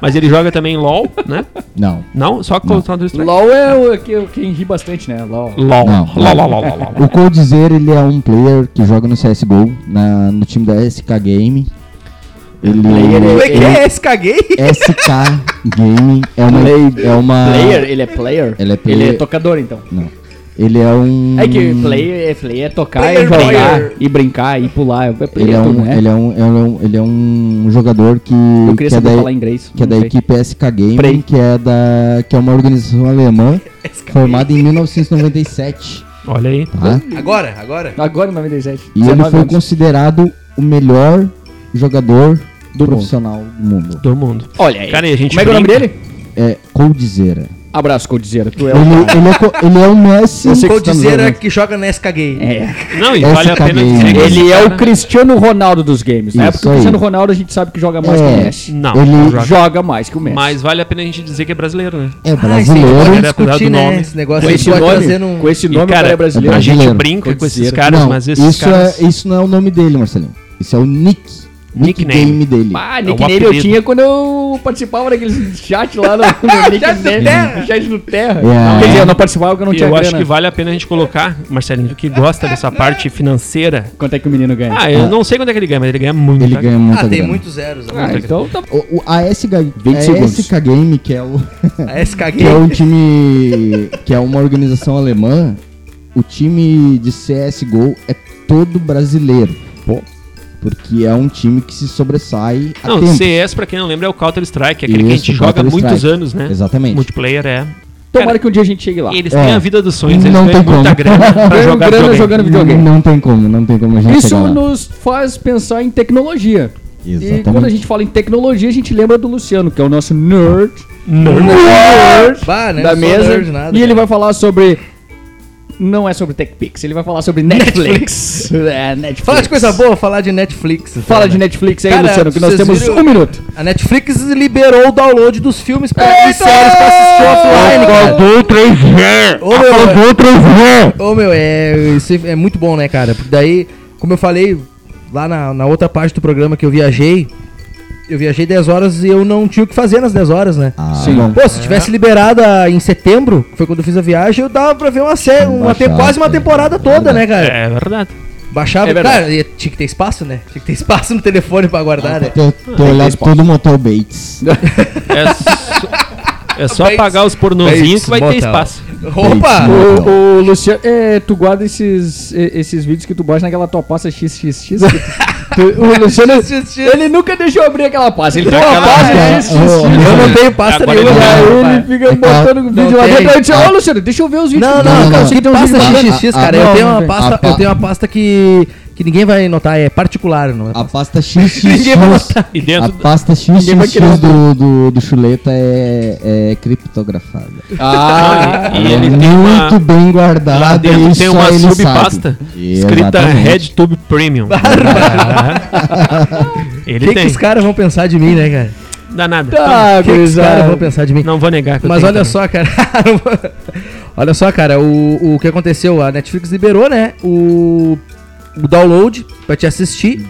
S3: mas ele joga também LOL, né?
S5: Não.
S3: Não, só Counter-Strike.
S7: LOL é o, que, quem ri bastante, né? LOL.
S3: LOL.
S5: Não.
S3: LOL, LOL, LOL, LOL.
S5: O Coldzera, ele é um player que joga no CSGO, na, no time da SK Game. Ele
S2: Player
S4: Como é que
S2: Ele-
S4: é SK Gay?
S5: SK Gaming é uma. É uma
S2: Player? Ele é player?
S5: Ele é
S2: Ele é
S5: player. Hum.
S2: tocador, então.
S5: Não. Ele é um.
S2: É que player é, player é tocar,
S4: Player,
S2: é jogar,
S4: player.
S2: e brincar, e pular. É player,
S5: Ele é
S2: tudo,
S5: um,
S2: né?
S5: ele é um, ele é um, ele é um jogador que,
S2: Eu queria
S5: que, é
S2: saber
S5: da,
S2: falar inglês.
S5: que é da
S2: não sei.
S5: equipe SK Gaming,
S2: Prey.
S5: que é da que é uma organização alemã formada em 1997,
S3: Olha aí.
S5: tá?
S4: Agora, agora.
S2: Agora em 97.
S5: E ele
S2: 19
S5: foi
S2: anos.
S5: considerado o melhor jogador do profissional do mundo.
S3: Do mundo.
S2: Olha aí.
S3: Cara, e a gente
S2: Como é que é o nome
S3: brinca.
S2: dele?
S5: É Coldzera.
S2: Abraço, Codizeira. Tu é o...
S5: Ele, ele, é, co- ele é o Messi.
S2: Eu sei que
S4: Vou
S2: tu tá nos
S4: dizer
S2: jogando.
S4: a que joga na SK Gay.
S2: É.
S3: Não, e
S5: Esse
S3: vale a pena
S5: cabelo.
S3: dizer que esse
S2: Ele é o
S3: cara-
S2: Cristiano Ronaldo dos games, né?
S5: Isso
S2: Porque o
S5: aí.
S2: Cristiano Ronaldo a gente sabe que joga mais
S5: É.
S2: que o Messi.
S3: Não,
S5: Ele-
S3: não joga.
S2: Joga mais que o Messi.
S3: Mas vale a pena a gente dizer que é brasileiro, né?
S5: É
S4: Ah,
S5: brasileiro.
S4: isso aí pode
S3: Apesar do
S4: discutir,
S3: nome.
S4: né? Esse negócio
S2: com
S4: aí
S2: esse
S4: pode trazer
S2: nome,
S4: um...
S2: com esse
S3: E,
S2: nome o cara é brasileiro.
S3: a gente
S5: brasileiro.
S3: brinca com esses
S2: Brasileiro.
S3: caras, mas esses
S5: isso,
S3: caras...
S5: é, isso não é o nome dele, Marcelinho. Isso é o Nick.
S3: Nickname.
S5: Nickname dele.
S2: Ah,
S3: É um
S2: nickname eu
S3: apelido.
S2: tinha quando eu participava daquele chat lá no, no nickname.
S4: Terra.
S2: Chat do Terra.
S5: É.
S2: Quer dizer, eu não participava porque eu não tinha
S3: eu acho
S2: grana.
S3: que vale a pena a gente colocar, Marcelinho, que gosta dessa parte financeira.
S2: Quanto é que o menino ganha?
S3: Ah, eu não sei quanto é que ele ganha, mas ele ganha muito.
S5: Ele
S3: tá?
S5: ganha muita
S4: Ah, tem
S5: grana.
S4: muitos zeros. né?
S3: é.
S2: Ah, então tá
S5: O, o, a é SK, a
S2: segundos.
S5: SK Game, que é, o,
S4: A SK
S5: que é
S4: Gay.
S5: um time. que é uma organização alemã, o time de CSGO é todo brasileiro. Porque é um time que se sobressai a
S3: Não,
S5: tempo.
S3: CS, pra quem não lembra, é o Counter Strike, aquele que a
S5: Isso,
S3: gente joga há
S5: Counter
S3: muitos
S5: Strike.
S3: anos, né?
S5: Exatamente.
S3: Multiplayer é.
S2: Tomara que um dia a gente chegue lá.
S3: E eles
S5: É.
S3: têm a vida dos sonhos, eles
S5: Não
S3: ganham
S5: tem
S3: muita
S5: como.
S3: grana pra
S2: Ganham
S3: jogar
S2: grana
S3: videogame.
S2: jogando videogame.
S5: Hum, Não tem como, não tem como a gente
S2: Isso
S5: chegar lá.
S2: nos faz pensar em tecnologia. E quando a
S5: Exatamente.
S2: gente fala em tecnologia, a gente lembra do Luciano, que é o nosso nerd,
S4: é Bah, né?
S2: da
S4: Não sou
S2: mesa.
S4: nerd, nada,
S2: e ele vai
S4: cara.
S2: falar sobre. Não é sobre TechPix, ele vai falar sobre Netflix. é, Netflix.
S4: Fala de coisa boa, falar de Netflix. então,
S2: Fala de
S4: né?
S2: Netflix aí,
S4: Cara,
S2: Luciano, que nós
S4: vocês
S2: temos
S4: viram-
S2: um minuto.
S4: A Netflix liberou o download dos filmes pra, e séries pra assistir
S3: Ah,
S4: offline, cara.
S5: Acordou 3G!
S4: Ô, meu,
S5: Acordou 3G!
S4: Ô meu, é, isso é muito bom, né, cara? Porque daí, como eu falei lá na, na outra parte do programa que eu viajei, eu viajei 10 horas e eu não tinha o que fazer nas 10 horas, né?
S5: Ah,
S2: Sim.
S5: bom.
S4: Pô, se tivesse liberada em setembro, que foi quando eu fiz a viagem, eu dava pra ver uma série,
S5: Não
S4: uma te-
S5: baixava,
S4: quase uma
S5: né?
S4: temporada toda, né, cara?
S3: É verdade.
S4: Baixava,
S2: É verdade.
S4: cara, e tinha que ter espaço, né? Tinha que ter espaço no telefone pra guardar, né?
S5: Ter, ter olhado todo o Motel Bates.
S3: É só, é só
S4: Bates-
S3: apagar os pornozinhos
S4: Bates
S3: que vai ter
S4: Motel.
S3: espaço.
S5: Bates,
S4: Opa!
S5: né?
S2: Ô, ô, Luciano, é, tu guarda esses, e- esses vídeos que tu baixa naquela tua pasta XXX? que tu- tu- o Luciano, ele nunca deixou abrir aquela pasta. Ele tem uma
S3: Aquela-
S2: pasta
S5: É,
S2: XXX.
S5: ô,
S4: Eu não tenho pasta
S3: Agora
S4: nenhuma,
S3: ele
S4: né,
S2: E aí
S4: rapaz?
S2: ele é, fica botando o vídeo
S4: não
S2: lá
S4: tem.
S2: dentro. Aí eu disse, ô Luciano, deixa eu ver os vídeos.
S4: Não,
S2: que tu
S4: não,
S2: baixa,
S5: não,
S4: cara,
S5: não.
S4: tem
S2: uns
S4: pasta
S2: vídeos lá."
S4: XXX,
S5: Ah,
S4: cara.
S5: ah,
S4: eu,
S5: não,
S4: tenho uma
S2: né?
S5: não.
S4: pasta,
S5: Ah,
S4: eu
S5: pá.
S4: tenho uma pasta que. que ninguém vai notar, é particular, não é?
S5: A pasta XX.
S3: E
S5: A
S3: dentro
S5: pasta
S2: Ninguém vai querer
S5: XXX do, do, do chuleta é, é criptografada.
S2: Ah,
S3: e ele
S5: é
S3: tem uma-
S5: muito bem
S3: lá
S5: guardada
S3: dentro
S5: e
S3: tem
S5: só
S3: uma
S5: ele sabe.
S3: subpasta escrita
S5: Exatamente.
S3: RedTube Premium.
S4: O
S3: Ele
S4: que, que
S3: tem.
S4: os caras vão pensar de mim, né, cara?
S3: Dá nada.
S2: tá,
S4: O que, que os caras vão
S2: gurizada.
S4: pensar de mim?
S3: Não vou negar que eu
S4: Mas
S3: tenho
S4: olha
S3: também.
S4: só, cara. não vou- olha só, cara, o, o que aconteceu? A Netflix liberou, né? O, o download pra te assistir.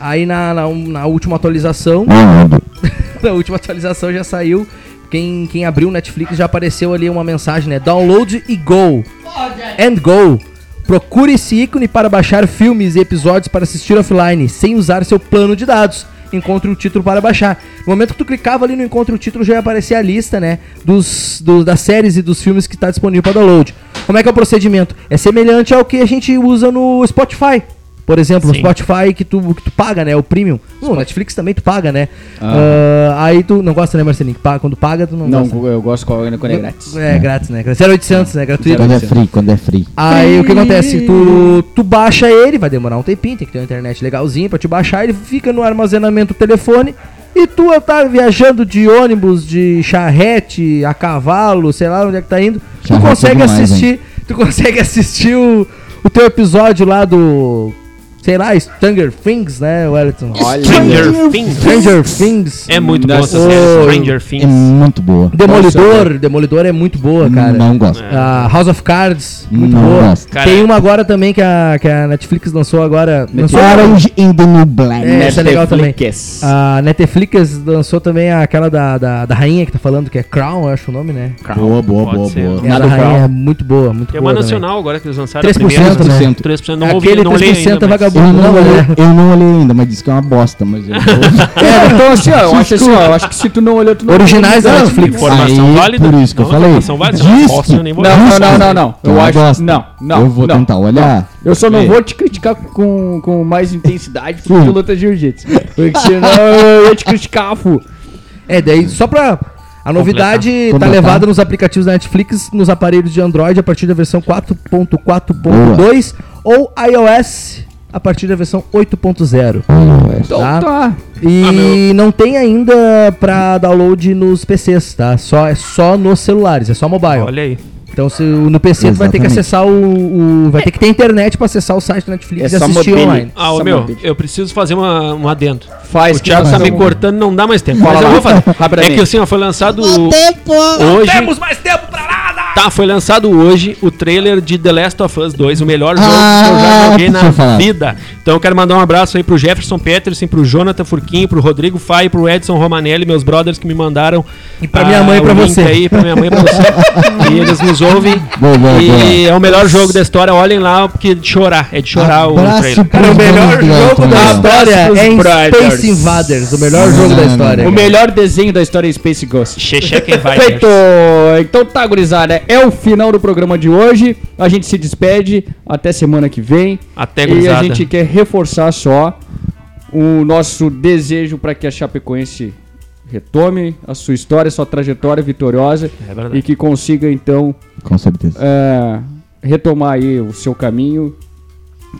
S4: Aí na, na, um, na última atualização. na última atualização já saiu. Quem, quem abriu o Netflix já apareceu ali uma mensagem, né? Download e go. And go. Procure esse ícone para baixar filmes e episódios para assistir offline, sem usar seu plano de dados. Encontre o título para baixar. No momento que tu clicava ali no Encontre o título, já ia aparecer a lista, né? Dos, do- das séries e dos filmes que está disponível para download. Como é que é o procedimento? É semelhante ao que a gente usa no Spotify. Por exemplo, o
S3: Sim.
S4: Spotify que tu, que tu paga, né? O premium. No Netflix também tu paga, né? Ah, aí tu não gosta, né, Marcelinho? Que paga- Quando paga, tu não,
S2: Não,
S4: gosta.
S2: eu gosto quando quando é grátis. Então,
S4: É, grátis, né? 0800, né? Gratuito.
S5: Quando é free, quando é free.
S4: Aí o que acontece? Tu, tu baixa ele, vai demorar um tempinho, tem que ter uma internet legalzinha pra te baixar, ele fica no armazenamento do telefone. E tu tá viajando de ônibus, de charrete, a cavalo, sei lá onde é que tá indo. tu
S5: Charrete é
S4: consegue
S5: demais,
S4: assistir. Tu consegue assistir o, o teu episódio lá do. Sei lá, Stranger Things, né, Wellington?
S3: Stranger Things.
S4: Stranger Things.
S3: É muito bom essa
S4: Ô,
S3: série, Stranger Things.
S5: É muito boa.
S4: Demolidor. Demolidor é muito
S5: Hum,
S4: boa, cara.
S5: Não gosto.
S4: Ah, House of Cards, muito
S5: Não
S4: boa.
S5: gosto.
S3: Cara,
S4: Tem uma agora também que a, que a Netflix lançou agora. Lançou
S5: Orange and the New Black.
S4: É, essa é legal também.
S2: Netflix.
S4: A Netflix lançou também aquela da, da, da rainha que tá falando, que é Crown, eu acho o nome, né?
S5: Boa, boa,
S3: Pode
S5: boa,
S3: ser.
S5: boa.
S4: É a da rainha, é muito boa, muito
S3: Tem
S4: boa.
S3: uma
S4: também.
S3: nacional agora que eles lançaram. a
S4: 3%,
S3: primeira,
S4: né?
S3: 3%. Não ouvi,
S4: Aquele
S3: não leio
S4: 3%
S3: ainda,
S4: é
S3: mas-
S5: Eu
S4: Não,
S5: não, olhei,
S4: é.
S5: eu não olhei ainda, mas disse que é uma bosta, mas eu vou...
S2: É, então assim, ó, eu acho assim, ó, eu acho que se tu não olhou, tu não
S4: Originais da Netflix.
S3: Informação
S5: Aí,
S3: válida.
S5: por isso que
S3: Não,
S5: eu falei.
S3: Informação válida. Não,
S5: Diz
S3: posso,
S5: que-
S3: eu nem vou
S2: Não, não, não, não, não.
S5: Não
S2: Eu acho.
S5: gosta.
S2: Não, não.
S5: é eu vou
S2: não.
S5: tentar olhar.
S2: Eu só não
S5: É.
S2: vou te criticar com, com mais intensidade porque tu luta jiu-jitsu. Porque senão eu ia te criticar, fu.
S4: É, daí só pra. A novidade tá
S5: Completar.
S4: levada nos aplicativos da Netflix, nos aparelhos de Android a partir da versão 4.4.2 ou iOS a partir da versão 8.0.
S2: Então
S4: Tá.
S2: tá.
S4: E não tem ainda pra download nos PCs, tá? Só, é só nos celulares, é só mobile.
S3: Olha aí.
S4: Então se, o- no PC tu vai ter que
S5: Exatamente.
S4: acessar o, o- Vai ter que ter internet pra acessar o site da Netflix e
S8: É só
S4: assistir
S8: mobile.
S4: online.
S3: Ah, ô,
S8: Essa
S3: meu,
S8: maravilha.
S3: eu preciso fazer uma, um adendo.
S2: Faz
S3: O Thiago tá me
S2: cortando.
S3: cortando, não dá mais tempo.
S2: um- Fala
S3: mas eu
S2: lá,
S3: vou fazer.
S2: rapidamente.
S3: É que assim, ó, foi lançado hoje. Temos mais tempo pra nada! Tá, foi lançado hoje o trailer de The Last of Us 2, o melhor jogo que eu já
S5: Ah,
S3: joguei
S5: deixa
S3: na
S5: eu falar.
S3: vida. Então eu quero mandar um abraço aí pro Jefferson Peterson, pro Jonathan Furquinho, pro Rodrigo Fai, pro Edson Romanelli, meus brothers que me mandaram. ah,
S4: E pra minha mãe e
S3: o
S4: pra
S3: link
S4: você.
S3: Aí, pra minha mãe e pra você. e eles nos ouvem.
S5: Boa, boa,
S3: e é o melhor jogo da história, olhem lá, porque é de chorar. É de chorar o trailer.
S4: Cara, o melhor jogo da história
S2: Abraço pros
S4: é em
S2: brothers.
S4: Space Invaders, o melhor jogo da história.
S2: O melhor desenho da história é Space Ghost.
S3: Xexé quem vai. né?
S2: Perfeito! Então tá, gurizada. É o final do programa de hoje. A gente se despede. Até semana que vem.
S3: Até
S2: E a
S3: gurizada.
S2: gente quer reforçar só o nosso desejo para que a Chapecoense retome a sua história, sua trajetória vitoriosa
S3: É verdade.
S2: e que consiga então
S5: Com certeza.
S2: é, retomar aí o seu caminho,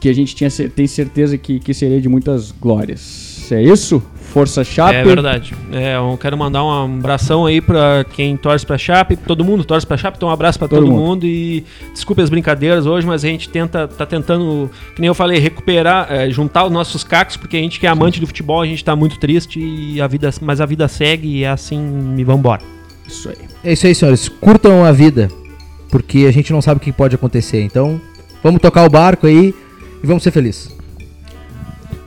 S2: que a gente tinha, cer- tem certeza que, que seria de muitas glórias. É isso? Força Chape.
S3: É verdade. É, eu quero mandar um abração aí pra quem torce pra Chape, todo mundo torce pra Chape, então um abraço pra
S2: Todo
S3: todo,
S2: mundo.
S3: mundo. e desculpe as brincadeiras hoje, mas a gente tenta, tá tentando, que nem eu falei, recuperar, eh, juntar os nossos cacos, porque a gente que é amante do futebol, a gente tá muito triste e a vida, mas a vida segue e é assim, me vambora.
S2: Isso aí.
S4: É isso aí, senhores. Curtam a vida, porque a gente não sabe o que pode acontecer. Então, vamos tocar o barco aí e vamos ser felizes.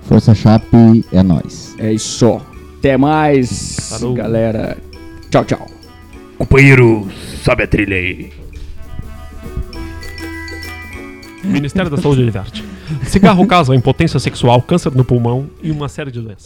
S5: Força Chape, é nóis.
S2: É isso. Até mais,
S3: Falou.
S2: galera. Tchau, tchau.
S3: Ministério da Saúde e Liberte. Cigarro causa impotência sexual, câncer no pulmão e uma série de doenças.